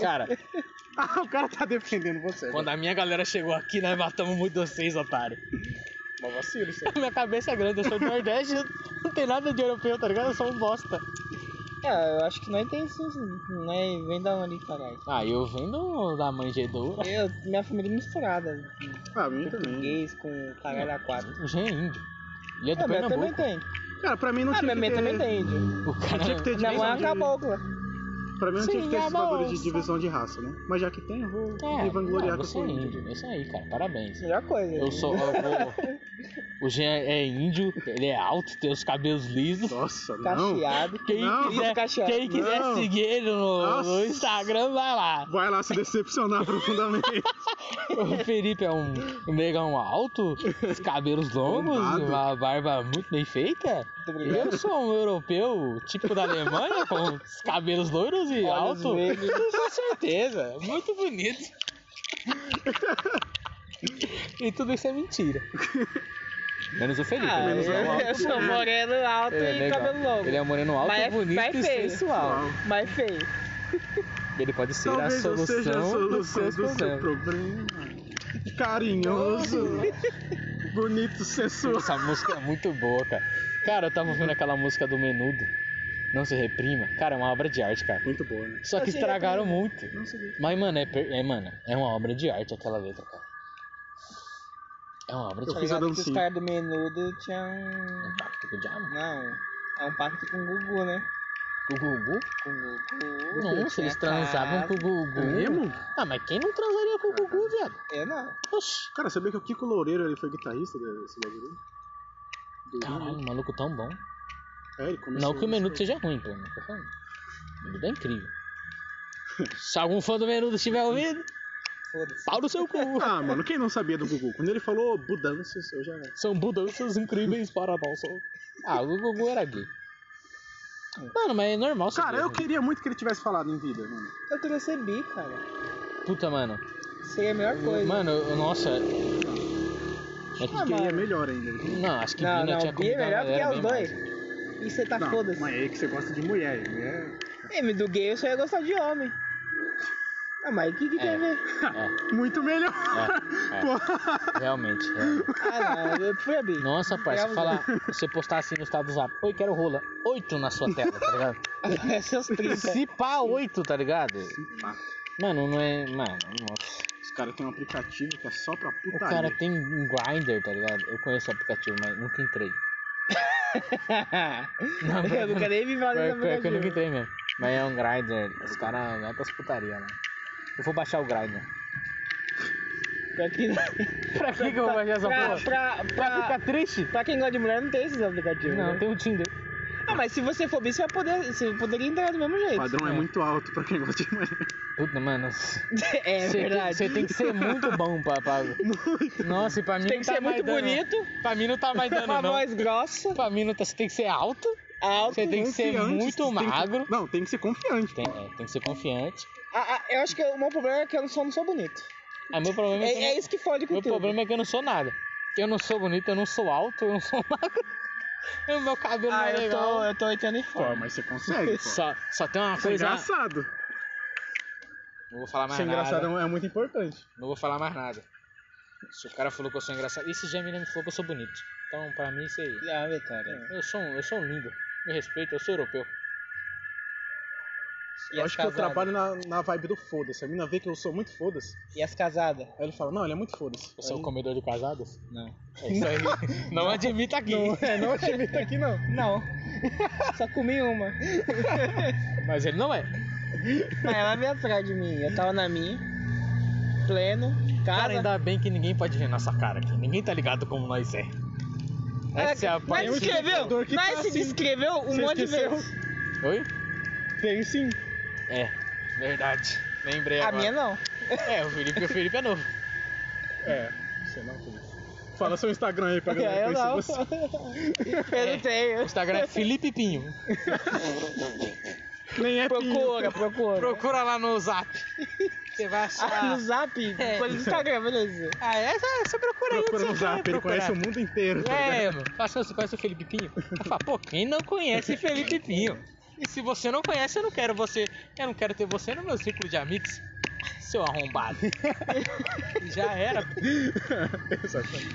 Cara, [LAUGHS] Ah, o cara tá defendendo você. quando a minha galera chegou aqui, nós matamos muito vocês, otário. Mó vacilo, isso [LAUGHS] Minha cabeça é grande, eu sou do Nordeste, [LAUGHS] não tem nada de europeu, tá ligado? Eu sou um bosta. É, eu acho que nós tem sim, sim. Nós vem da onde, caralho. Ah, eu vendo da manjedoura. Eu, minha família é misturada. Ah, a mim Com também. português, com caralho aquático. Já é índio. E é do Ah, minha também Pernambuco. tem. Cara, pra mim não Ah, tinha que minha mãe ter. também tem índio. O cara... Não tinha que ter Minha mãe divisão é uma de... cabocla. Pra mim não tinha Sim, que ter esses é uma bagulhos de onça. divisão de raça, né? Mas já que tem, eu vou É, me vangloriar ah, que eu você sou é índio. índio. É isso aí, cara. Parabéns. Melhor coisa. Eu sou... Eu vou... O Jean é índio, ele é alto, tem os cabelos lisos. Nossa, Tá não. Cacheado. Quem Não. quiser, Cacheado. quem quiser Não. seguir ele no, no Nossa. Instagram, vai lá. Vai lá se decepcionar [LAUGHS] profundamente. O Felipe é um um negão alto, os cabelos longos, Bombado. uma barba muito bem feita. Muito obrigado. Eu sou um europeu típico da Alemanha, com os cabelos loiros e Olhos alto. verdes. [LAUGHS] Com certeza, muito bonito. E tudo isso é mentira. Menos o Felipe, né? Ah, menos o eu, um alto. eu sou moreno alto Ele é e negão. cabelo longo. Ele é um moreno alto, Mas é- bonito mas é e feio. sensual. Mas feio. Ele pode ser Talvez a solução, eu seja a dos solução seus do seu problemas. problema. Carinhoso, bonito, sensual. Essa música é muito boa, cara. Cara, eu tava ouvindo aquela música do Menudo. Não se reprima. Cara, é uma obra de arte, cara. Muito boa, né? Só que Não se estragaram reprima. muito. Não sei. Mas, mano, é, per- é, mano, é uma obra de arte aquela letra, cara. É uma obra de Eu arte. fiz a tá Ligado que os dancinha. caras do menudo tinham. Um pacto com o diabo. Não. É um pacto com o Gugu, né? Com o Gugu? Com o Gugu. Nossa, tinha eles transavam casa. com o Gugu. É mesmo? Ah, mas quem não transaria com o Gugu, viado? Eu não. Oxi. Cara, sabia que o Kiko Loureiro ele foi guitarrista desse bagulho? Do né? Caralho, um maluco tão bom. É, ele começou Não que o Menudo seja ruim, pô. Não tô falando. O Menudo é incrível. Se algum fã do Menudo estiver ouvindo, Foda-se. pau no seu cu. Ah, mano, quem não sabia do Gugu? Quando ele falou budanças, eu já. São mudanças incríveis para nós. Ah, o Gugu era gay. Mano, mas é normal. ser Cara, gay, eu né? queria muito que ele tivesse falado em vida, mano. Eu queria ser bi, cara. Puta, mano. Seria a melhor coisa. Mano, eu- nossa. É Acho que que... gay é melhor ainda. Não, acho que não, Bina não, tinha bi é comido a melhor porque galera é os bem dois. mais. E Ah, você tá não, foda-se. mas é que você gosta de mulher. mulher... É, mas do gay eu só ia gostar de homem. Ah, mas o que, que tem É. a ver? Muito melhor. É, é. [LAUGHS] Pô. Realmente. realmente. Ah, não, eu fui bi. [LAUGHS] Nossa, É parça, você falar, você postar assim no estado do zap, oi, quero rola, oito na sua tela, tá ligado? [LAUGHS] Aparece os 30. Se pá, oito, tá ligado? Ah, Mano, não é. Mano, nossa. Os caras têm um aplicativo que é só pra O Tá putaria. cara tem um grinder, tá ligado? Eu conheço o aplicativo, mas nunca entrei. Não, eu nunca nem vi falar Pior, dessa pior que eu nunca brincadeira. entrei mesmo. Mas é um grinder. Os caras vai pras putaria, né? Eu vou baixar o grinder. Pior que não. pra que, que [LAUGHS] eu vou baixar essa pra, porra? pra, Pra pra, ficar triste? pra quem gosta de mulher, não tem esses aplicativos. Não, né? tem o Tinder. Ah, mas se você for bi, você vai poder. Você poderia entrar do mesmo O jeito. padrão é. É. muito alto pra quem gosta de mulher. Puta, mano. [LAUGHS] É cê tem- verdade. cê tem que ser muito bom pra. pra... Nossa, e pra mim Tem não que tá ser mais muito dando. bonito, [LAUGHS] Pra mim não tá mais dando, uma não. voz grossa, Pra mim não tá. Você tem que ser alto. alto. Você tem que ser Confiante, muito tem que- magro. Não, tem que ser confiante. Tem, é, tem que ser confiante. Ah, ah, eu acho que o meu problema é que eu não sou, não sou bonito. Ah, meu problema é, É, que eu é não- isso que fode com Meu tudo. problema é que eu não sou nada. Eu não sou bonito, eu não sou alto, eu não sou [LAUGHS] magro. Eu- Meu cabelo não Ah, é eu tô, legal. eu tô entrando em Pô, forma. mas você [LAUGHS] consegue, pô. Só, só tem uma Isso é coisa. engraçado. Não vou falar mais Isso é nada. engraçado é muito importante. um- Não vou falar mais nada. Se o cara falou que eu sou engraçado. E se já me falou que eu sou bonito. Então, pra mim, isso aí. Ah, Vitória. Eu sou um, eu sou um lindo. Me respeita, eu sou europeu. E eu as acho que eu casadas? trabalho na, na vibe do foda-se. A mina vê que eu sou muito foda-se. E as casadas? Aí ele fala, não, ele é muito foda-se. Eu sou um Aí- comedor de casadas? Não. É isso aí. [LAUGHS] não admita aqui. Não, [LAUGHS] é, não admito aqui não. Não. [LAUGHS] Só comi uma. Mas ele não é. Mas ela veio atrás de mim. Eu tava na minha. Pleno. Cara, Cara, ainda bem que ninguém pode ver nossa cara aqui. Ninguém tá ligado como nós é. Essa é a parte. Mas se descreveu. jogador que Mas tá se assim. descreveu um Você monte de esqueceu? vezes. Oi? Tem sim. É, verdade. Lembrei A agora. minha não. É, o Felipe, o Felipe é novo. É, você não Felipe. Fala seu Instagram [LAUGHS] aí pra galera Eu conhecer É, não. você. Eu não tenho. O Instagram [LAUGHS] é Felipe Pinho. Nem é pinho. Procura, procura. Procura lá no Zap. Você vai Ah, achar. no zap, É. coisa do Instagram, beleza. Ah, é, é, você procura aí. Procura você no zap, quer ele procurar. conhece o mundo inteiro. tá ligado? É, mano. Achou, você conhece o Felipe Pinho? Eu falo, pô, quem não conhece Felipe Pinho? E se você não conhece, eu não quero você. Eu não quero ter você no meu círculo de amigos. Seu arrombado. Já era. [LAUGHS] Exatamente.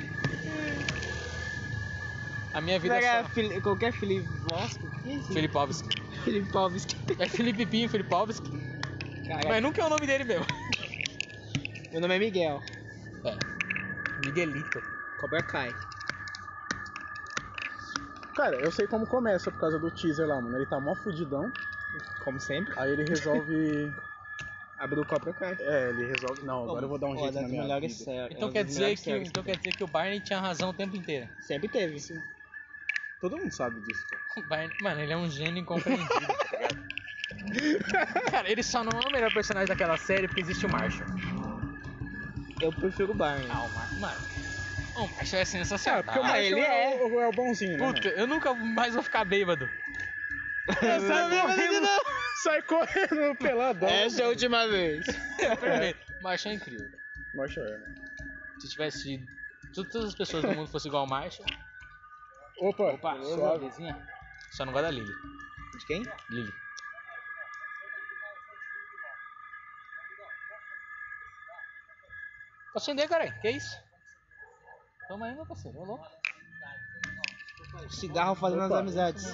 A minha vida Não é era só. Fili- qualquer Felipe Bosco? Que é isso? Filipovski. Felipe Povski. É Felipe Pinho, Filipovski. Mas Caralho. nunca é o nome dele mesmo. Meu nome é Miguel. Miguelito. Cobra Kai. Cara, eu sei como começa por causa do teaser lá, mano. Ele tá mó fudidão, Como sempre, aí ele [LAUGHS] resolve. abriu o Cobra Kai. é, ele resolve. Não, agora eu vou dar um Uma jeito das na minha melhores vida. séries- Então uma quer das dizer melhores que, séries. então quer dizer que o Barney tinha razão o tempo inteiro. Sempre teve. Sim. Todo mundo sabe disso, cara. O Barney, mano, ele é um gênio incompreendido, tá [LAUGHS] ligado? Cara, ele só não é o melhor personagem daquela série porque existe o Marshall. Eu prefiro o [LAUGHS] Barney. Ah, o Marshall, mano. O Marshall é Ah, sensacional. porque o Ah, Marshall ele é, o, é o bonzinho, né? Puta, eu nunca mais vou ficar bêbado. mano? Essa é a minha vida de novo. Sai correndo peladão. né? Essa é a última vez. Perfeito. O Marshall é incrível. Marshall é, né? Se tivesse. Se todas as pessoas do mundo fossem igual ao Marshall. Opa, Opa, suave. vizinha. Só não gosta da Lily. De quem? Lily. Pra acender, cara. Que isso? Toma aí, meu parceiro. Ô, louco. Cigarro fazendo as Opa. amizades.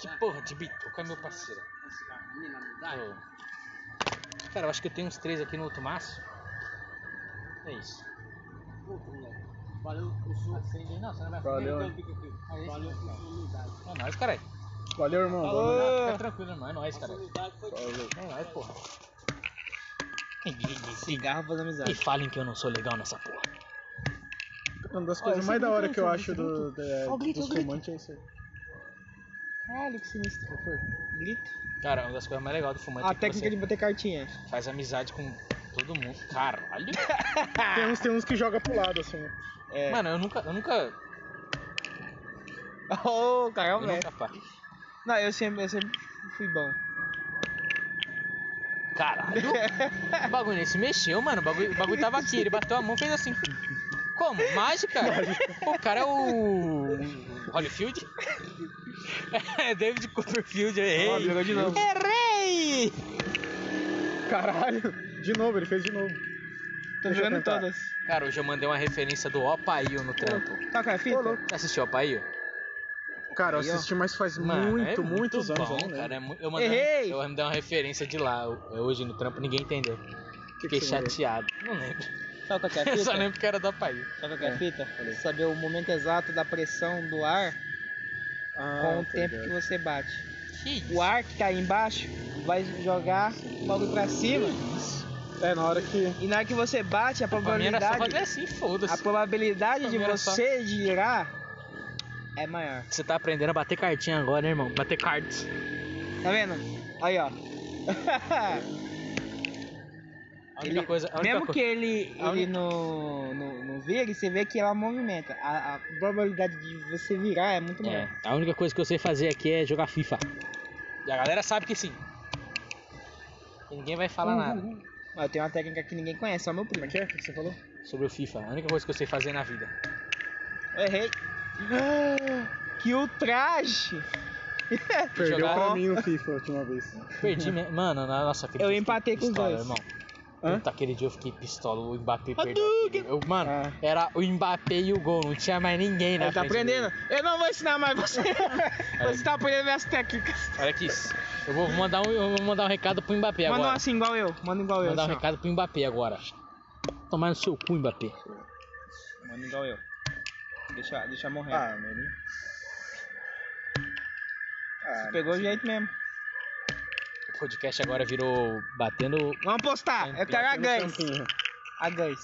Que porra de bituca, meu parceiro? Ô. Cara, eu acho que eu tenho uns três aqui no outro maço. É isso. Valeu, o senhor acende aí. Não, você não vai Valeu. acender, então fica aqui. Valeu, a sua humildade. É nóis, caralho. Valeu, irmão. Vamos lá. Fica tranquilo, irmão. É nóis, Sua caralho. humildade foi Falou. É nóis, porra. Cigarro faz E amizade. falem que eu não sou legal nessa porra. Uma das coisas mais da hora que eu acho do, do, Ó, o grito, dos ó, o grito. fumantes é isso aí. Caralho, que sinistro. Grito. Cara, uma das coisas mais legais do fumante é A que Ah, técnica você de bater cartinha. faz amizade com todo mundo. Caralho. Tem uns, tem uns que joga pro lado, assim. É. Mano, eu nunca... Eu nunca... [LAUGHS] Ô, cara, é Eu o nunca mestre. fa- Não, eu sempre, eu sempre fui bom. [LAUGHS] [LAUGHS] Caralho. O bagulho nem se mexeu, mano. O bagulho, o bagulho tava aqui. Ele bateu a mão e fez assim. Como? Mágica? O cara é o. Holyfield? [LAUGHS] É David Copperfield, eu Ó, errei. jogou de novo. Errei! Caralho. De novo, ele fez de novo. Tô Deixa eu jogando tentar. todas. Cara, hoje eu mandei uma referência do Opaio no trampo. Toca a fita. Ô, louco. Você assistiu Opaio? Cara, eu Aí, ó. assisti, mas faz Mano, é muito, muitos anos. né? bom, eu não lembro. cara. é mu- Eu mandei, Errei! eu mandei uma referência de lá eu- hoje no trampo, ninguém entendeu. Que que Fiquei você mandou? chateado. Não lembro. Sabe qual que é a [LAUGHS] Eu fita? só lembro que era do Opaio. Sabe qual que é a fita? Saber o momento exato da pressão do ar Ah, com o tá tempo que ligado. você bate. Que O ar que cai embaixo vai jogar logo pra cima. É, na hora que. E na hora que você bate, é a Pra mim era só fazer probabilidade, assim, a foda-se. probabilidade de Pra mim era só- você girar é maior. Você tá aprendendo a bater cartinha agora, né, irmão? Bater cards. Tá vendo? Aí, ó. A única coisa- [LAUGHS] a única mesmo co- que ele, a ele não, não, não vire, você vê que ela movimenta. A, a probabilidade de você virar é muito maior. É, a única coisa que eu sei fazer aqui é jogar FIFA. E a galera sabe que sim. E ninguém vai Uhum. falar nada Mas eu tenho uma técnica que ninguém conhece, só meu Como primo. é que é? O que você falou? sobre o FIFA. A única coisa que eu sei fazer na vida. Eu errei. [GASPS] Que o traje! [LAUGHS] Perdeu jogar- É. pra mim no FIFA a última vez. [LAUGHS] Perdi, me- mano, na- nossa, aquele Eu dia fiquei empatei com os pistola, dois. irmão. Hã? Puta, aquele dia eu fiquei pistola, o Mbappé perdeu. aquele- Eu, mano, Ah. era o Mbappé e o gol, não tinha mais ninguém na Ele tá frente dele. aprendendo. Eu não vou ensinar mais [LAUGHS] você. você tá aprendendo minhas técnicas. Olha aqui, eu vou mandar um, eu vou mandar um recado pro Mbappé Manda um agora. assim, igual eu. Manda igual eu. Mandar um assim, ó. recado pro Mbappé agora. Tomar no seu cu, Mbappé. Manda igual eu. Deixa, deixa morrer. Ah, mano. Ah, Você pegou o jeito mesmo. O podcast agora virou batendo, Vamos postar. Eu quero a tá no Gans. tampinho. A Gans.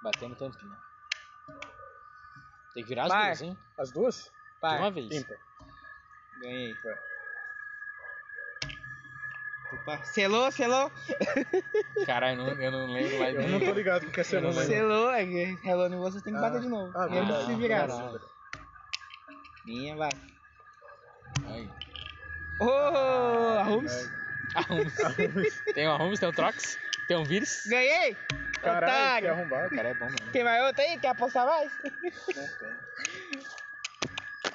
batendo tampinha. Tem que virar as Vai. duas, hein? As duas? De uma Pai. vez. Ímpar. Ganhei. Opa. Selou, selou. Caralho, eu não- eu não lembro mais. [LAUGHS] Eu não tô ligado com que é Eu não semana. lembro. Selou. é que Selou em você tem que Ah, bater de novo. ah, Mesmo que verdade. se virar. Caralho. Minha, vai. Aí. Ô, oh, arrumes. Arrumes. Tem um Arrumes, tem um Trox, tem um Vírus. Ganhei. Caralho, que Otário. arrombado. né? O cara é bom, mano. Tem mais outra aí? Quer apostar mais?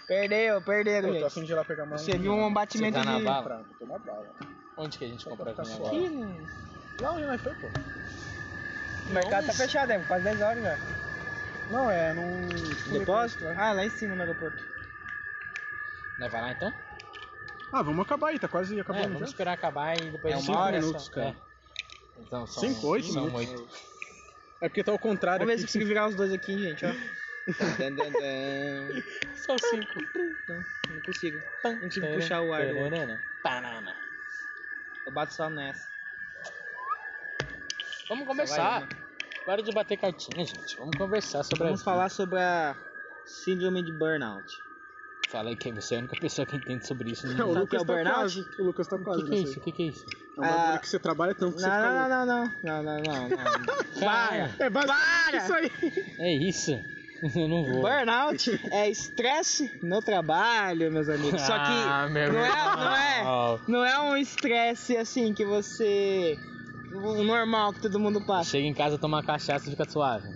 Perdeu, perderam, Eu tô gente. afim de ir lá pegar mais Você viu um batimento Você tá na de... bala? Pra tomar bala. Onde que a gente comprou aqui Tá agora? suave. Ih, não. Lá onde nós foi, pô. O mercado tá Nossa. fechado, é quase 10 horas já. Não, é num. Depósito? Ah, lá em cima no aeroporto. Nós vai lá então? Ah, vamos acabar aí, tá quase É, acabando vamos já. esperar acabar e depois É a gente uma vai. hora minutos, cara. É. Então, são Cinco, oito são minutos. oito. É porque tá ao contrário. Vamos ver se aqui. consigo virar os dois aqui, gente, ó. Tan, tan, tan. São cinco. Não, não consigo. Não tive que puxar o ar do outro. né? Banana. Eu bato só nessa. Vamos Só conversar. vai Para de bater cartinha, gente. Vamos conversar sobre Vamos a vida. falar sobre a síndrome de burnout. Fala aí que você é a única pessoa que entende sobre [LAUGHS] [LAUGHS] isso. o Não. Sabe o que é Lucas o tá burnout? quase. O Lucas tá O quase. que, que é nessa isso? O aí. que, que é isso? É um bagulho Ah, que você trabalha tanto que você fica Não, não, não, não, não, não, não, não, [LAUGHS] não. Para! É basicamente isso aí. É isso? [LAUGHS] Eu não vou. Burnout é estresse no trabalho, meus amigos. Só que [LAUGHS] Ah, meu [LAUGHS] não é, não é, irmão. não é um estresse assim que você o normal que todo mundo passa. Chega em casa, toma uma cachaça e fica suave.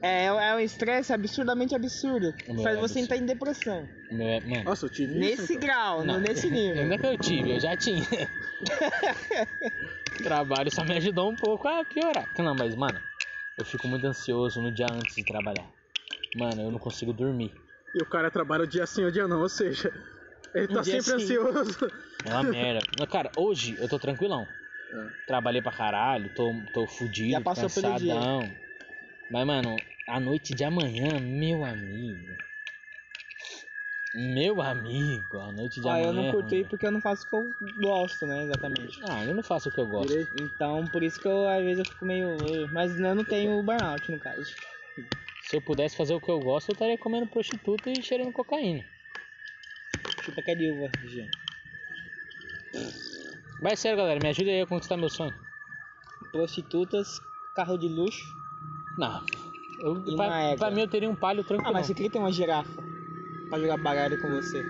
É, é um estresse absurdamente absurdo. Não é Faz você absurdo. entrar em depressão. O meu é- Mano. Nossa, eu tive Nesse isso. então. grau, no- nesse nível. Ainda que [LAUGHS] eu tive, eu já tinha. [LAUGHS] O Trabalho só me ajudou um pouco a piorar. Não, mas, mano, eu fico muito ansioso no dia antes de trabalhar. Mano, eu não consigo dormir. E o cara trabalha o dia sim, o dia não. Ou seja, Ele No tá dia sempre seguinte- ansioso. [LAUGHS] É uma merda. Mas, cara, hoje eu tô tranquilão. Trabalhei pra caralho, tô, tô fudido, É. Já passou pelo dia. cansadão. Mas, mano, a noite de amanhã, meu amigo. Meu amigo, a noite de Ah, amanhã. eu não é curto ruim, aí porque eu não faço o que eu gosto, né? Exatamente. velho. Ah, eu não faço o que eu gosto. Direi- Então, por isso que eu, às vezes, eu fico meio. Mas eu não tenho burnout, no caso. Se eu pudesse fazer o que eu gosto, eu estaria comendo prostituta e cheirando cocaína. Chupa que é de uva, Jean. Mas sério, galera, me ajuda aí a conquistar meu sonho. Prostitutas, carro de luxo. Não. Eu, E uma pra, égua? pra mim eu teria um palho tranquilo. Ah, mas você queria ter uma girafa pra jogar baralho com você.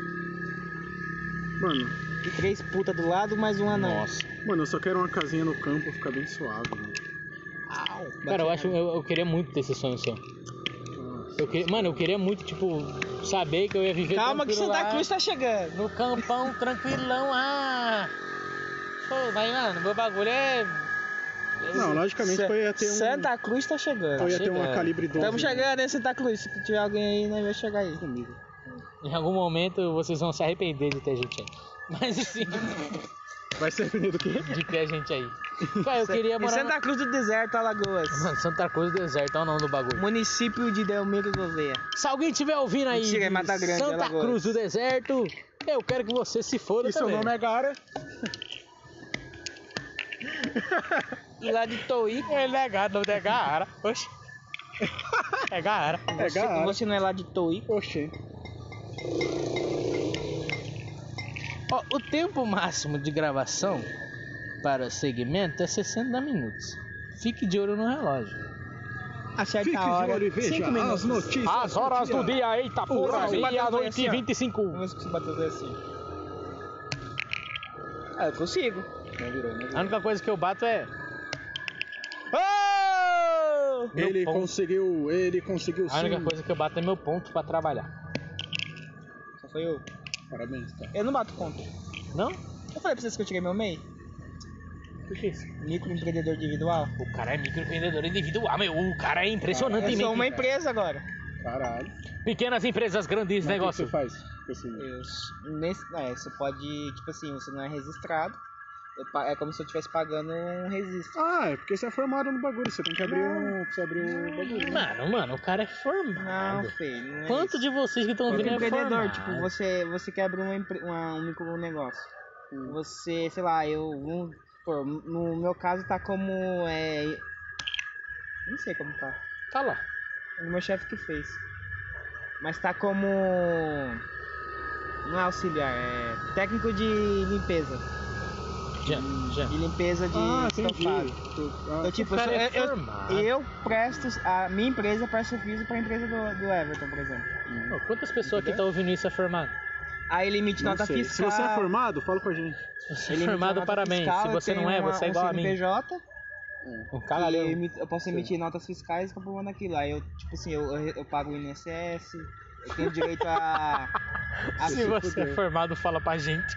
Mano, E três putas do lado, mais um uma não. é. Nossa. mano, eu só quero uma casinha no campo, ficar bem suave, mano. Au, Cara, é. eu bacana. acho. Eu, eu queria muito ter esse sonho seu. Ah. Eu queria, mano, eu queria muito, tipo, saber que eu ia viver. Calma que tranquilo Santa lá, Cruz tá chegando. No campão, tranquilão, ah! Pô, mas, mano, meu bagulho é. Não, logicamente Sa- eu ia ter um. Santa Cruz tá chegando. Eu ia ter uma chegando. calibre 12. Estamos chegando, hein, Santa Cruz. Se tiver alguém aí, nós vamos chegar aí. comigo. Em algum momento vocês vão se arrepender de ter a gente aí. [LAUGHS] Mas assim, Vai ser do quê? de ter a gente aí. Cara, eu queria Em morar. Santa Cruz do Deserto, Alagoas. na... Mano, Santa Cruz do Deserto, é o nome do bagulho. Município de Delmiro Gouveia. Se alguém estiver ouvindo aí Mentira, é de Mata Grande, Santa Alagoas. Cruz do Deserto, eu quero que você se foda E seu também. nome é Gara? E lá de Toí. [LAUGHS] Ele é gato, o nome é Gaara. Oxi. É Gaara. É Gara. Você não é lá de Toí? Oxê. Ó, o tempo máximo de gravação para segmento é 60 minutos. Fique de olho no relógio. A certa Fique de hora. olho e veja cinco minutos. as notícias. As horas do dia, eita porra, Raul bateu meia-noite assim, e ó. 25. Vamos ver se bateu assim. Ah, eu consigo. Tá né? A única coisa que eu bato é. Oh! Meu Ele ponto. conseguiu, ele conseguiu A única sim. coisa que eu bato é meu ponto pra trabalhar. Só foi eu. Parabéns, tá? cara. Eu não bato ponto. Não? Eu falei pra vocês que eu tirei meu MEI? Por é que isso? Microempreendedor individual. O cara é microempreendedor individual, meu. O cara é Eu impressionante sou mesmo. uma empresa agora. Caralho. Pequenas empresas, Mas grandes o que negócios. você faz com esse Eu, s- nesse, não, é, você pode, tipo assim, você não é registrado. Eu pa- é como se eu estivesse pagando um registro. Ah, é porque você é formado no bagulho, você tem que abrir um. Precisa abrir um bagulho. né? Mano, mano, o cara é Não, formado. filho, não é Quanto de vocês que estão isso. ouvindo é empreendedor, formado? tipo, você, você quer abrir uma, empre- uma- um micronegócio. Você, sei lá, eu. Um, pô, no meu caso tá como. É, não sei como tá. É Tá lá. O meu chefe que fez. Mas tá como. Não é auxiliar, é técnico de limpeza. Já, já. De limpeza de Ah, entendi. estofado. Ah, é Eu, tipo, o eu, cara sou- é eu- eu- formado. eu presto, a minha empresa presta serviço pra empresa do, do Everton, por exemplo. Pô, Quantas pessoas que estão ouvindo isso é formado? Aí ele emite não nota sei. Se fiscal. você é formado, fala com a gente. Se você é ele emite formado, nota parabéns. fiscal, Se eu você não é, tenho uma- você é um igual a mim. CNPJ, Um Caralho, eu, cagalhão. emito- eu posso emitir notas fiscais e comprovando aquilo. Aí eu, tipo assim, eu, eu, eu pago o INSS, eu tenho direito a. a Se você é fuder. formado, fala pra [LAUGHS] gente.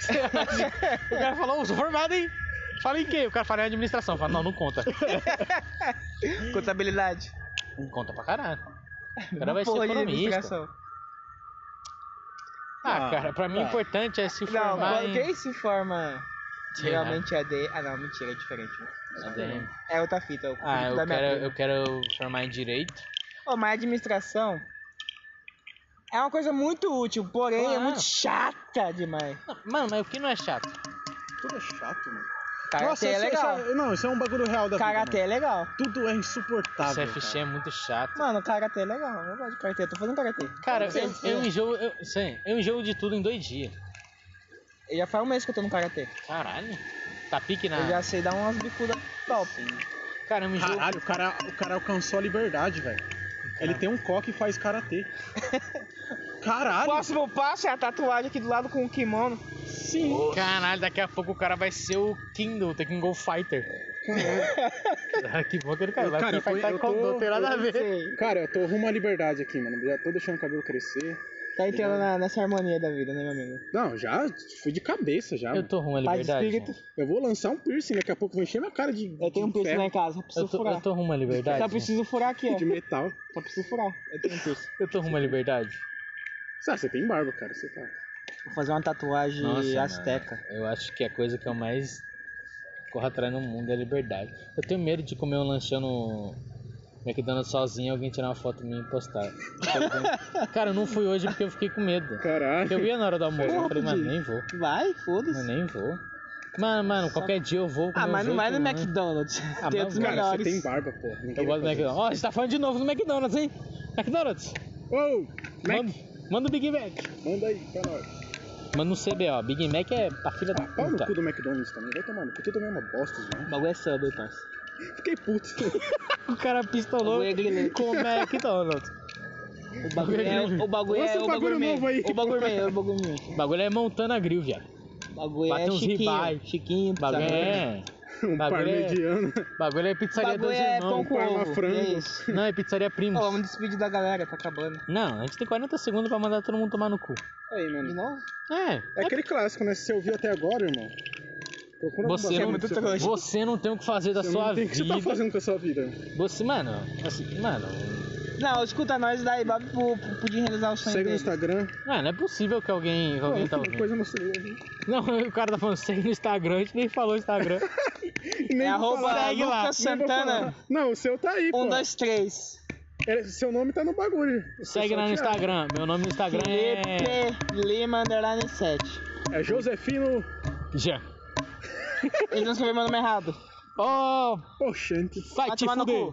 Você acha- o cara falou, "Eu sou formado, hein? Fala em quê? O cara fala em administração. Fala, não, não conta. Contabilidade. Conta pra [LAUGHS] caralho. O cara Uma vai ser porra de economista. administração. Ah, cara, pra mim o importante é se tá. Não, formar em... quem se forma Sei realmente é AD. Ah, não, mentira, é diferente. né? lá, ADM. É outra fita. Eu Ah, eu da minha quero, prima. eu quero formar em direito. Pô, mas a administração é uma coisa muito útil, porém é Claro. muito chata demais. Não, Mano, mas o que não é chato? Tudo é chato, mano. Karatê é isso- legal. isso é- não, isso é um bagulho real né? da Karatê vida. é legal. mano. Tudo é O Tá insuportável. CFC é muito chato. Mano, karatê é legal. Eu gosto de karatê, eu tô fazendo karatê. Cara, sei eu, se- é. eu enjoo, eu, sei, eu enjoo de tudo em dois dias. eu já faz um mês que eu tô no karatê. Caralho. Tá pique na. Eu já sei dar umas bicudas top. Cara, eu me cara. enjoo. Caralho, o cara, o cara alcançou a liberdade, velho. Ele tem um coque e faz karatê. Ah, Caralho! Próximo passo é a tatuagem aqui do lado com o kimono. assim, Sim! Caralho, daqui a pouco o cara vai ser o Kindle, The King of [LAUGHS] Fighter. Caralho, que bom que ele cara vai Cara, cara, eu tô- fightar eu com tô- não tem nada a ver. Cara, eu tô rumo à liberdade aqui, mano. Já tô deixando o cabelo crescer. Tá entrando na- nessa harmonia da vida, né, meu amigo? Não, já fui de cabeça já. Eu mano. tô ruim à Paz de liberdade. espírito. gente. Eu vou lançar um piercing, daqui a pouco vou encher minha cara de. Eu tenho um de piercing ferro, lá em casa, só Eu preciso tô, furar. eu tô rumo à liberdade. Só gente. preciso furar aqui, ó. de metal. Só preciso furar. Eu tenho um piercing. Eu tô rumo à liberdade. Ah, você tem barba, cara. Você tá. Vou fazer uma tatuagem Nossa, azteca. Eu acho que a coisa que eu mais corro atrás no mundo é a liberdade. Eu tenho medo de comer um lanchão no McDonald's sozinho e alguém tirar uma foto minha e [LAUGHS] postar. Cara, eu não fui hoje porque eu fiquei com medo. Caralho. Eu ia na hora do almoço, eu Porra, falei, mas podia. nem vou. Vai, Eu foda-se. nem vou. Mano, mano, qualquer dia eu vou. Ah, comer mas um não vai no jeito, né? McDonald's. Ah, Tem mas, outros cara, Cara, você melhores. tem barba, pô. Ninguém Eu gosto do vai fazer McDonald's. Ó, a gente tá falando de novo do McDonald's, hein? McDonald's! isso. Ô, Mac, Manda, manda o Big Mac. manda aí pra nós. Manda um CBO. Big Mac é pra filha da Ah, pau no puta. cu do McDonald's também. Vai tomar no cu, tu também é uma bosta, O gente. bagulho é Subway, parça. Fiquei puto. O cara pistolou O Egli- com o McDonald's. O bagulho é... O bagulho Lança é... um bagulho O bagulho meio. novo aí. O bagulho meio, o bagulho meio. O bagulho é Montana Grill, viado. O bagulho Bateu é uns ribeye. chiquinho. Chiquinho, O bagulho sabe? é. [LAUGHS] Um Bagulho par é- mediano. o bagulho é O pizzaria bagulho dos é pão irmãos. com Parma ovo. frango. É isso. Não, é pizzaria primos. Ó, vamos despedir da galera, tá acabando. Não, a gente tem 40 segundos pra mandar todo mundo tomar no cu. Aí, De mano. novo? É. É aquele clássico, né? Se você ouviu até agora, irmão. Procura alguma Você coisa não, pra você fazer. você não tem o que fazer da Você sua não tem- O vida. que você tá fazendo com a sua vida? Você, mano, assim, mano, Não, escuta nós daí, Bob, pro, pro, podia realizar o sonho Segue no dele. Instagram. ah, não é possível que alguém, que alguém tá ouvindo. Depois eu mostrei. Não, [LAUGHS] o cara tá falando, segue no Instagram, a gente nem falou [LAUGHS] Instagram. Nem É vou arroba falar, segue nem lá. vou Santana. falar. Não, o seu tá aí, pô. Um, dois, três. É, Seu nome tá no bagulho. O Segue pessoal lá no te acha. Instagram. Meu nome no Instagram é. Felipe Lima Underline 7. É Josefino Já. Eles não escreveram meu nome errado. Oh, Oxente. vai Vai te tomar no fuder. cu.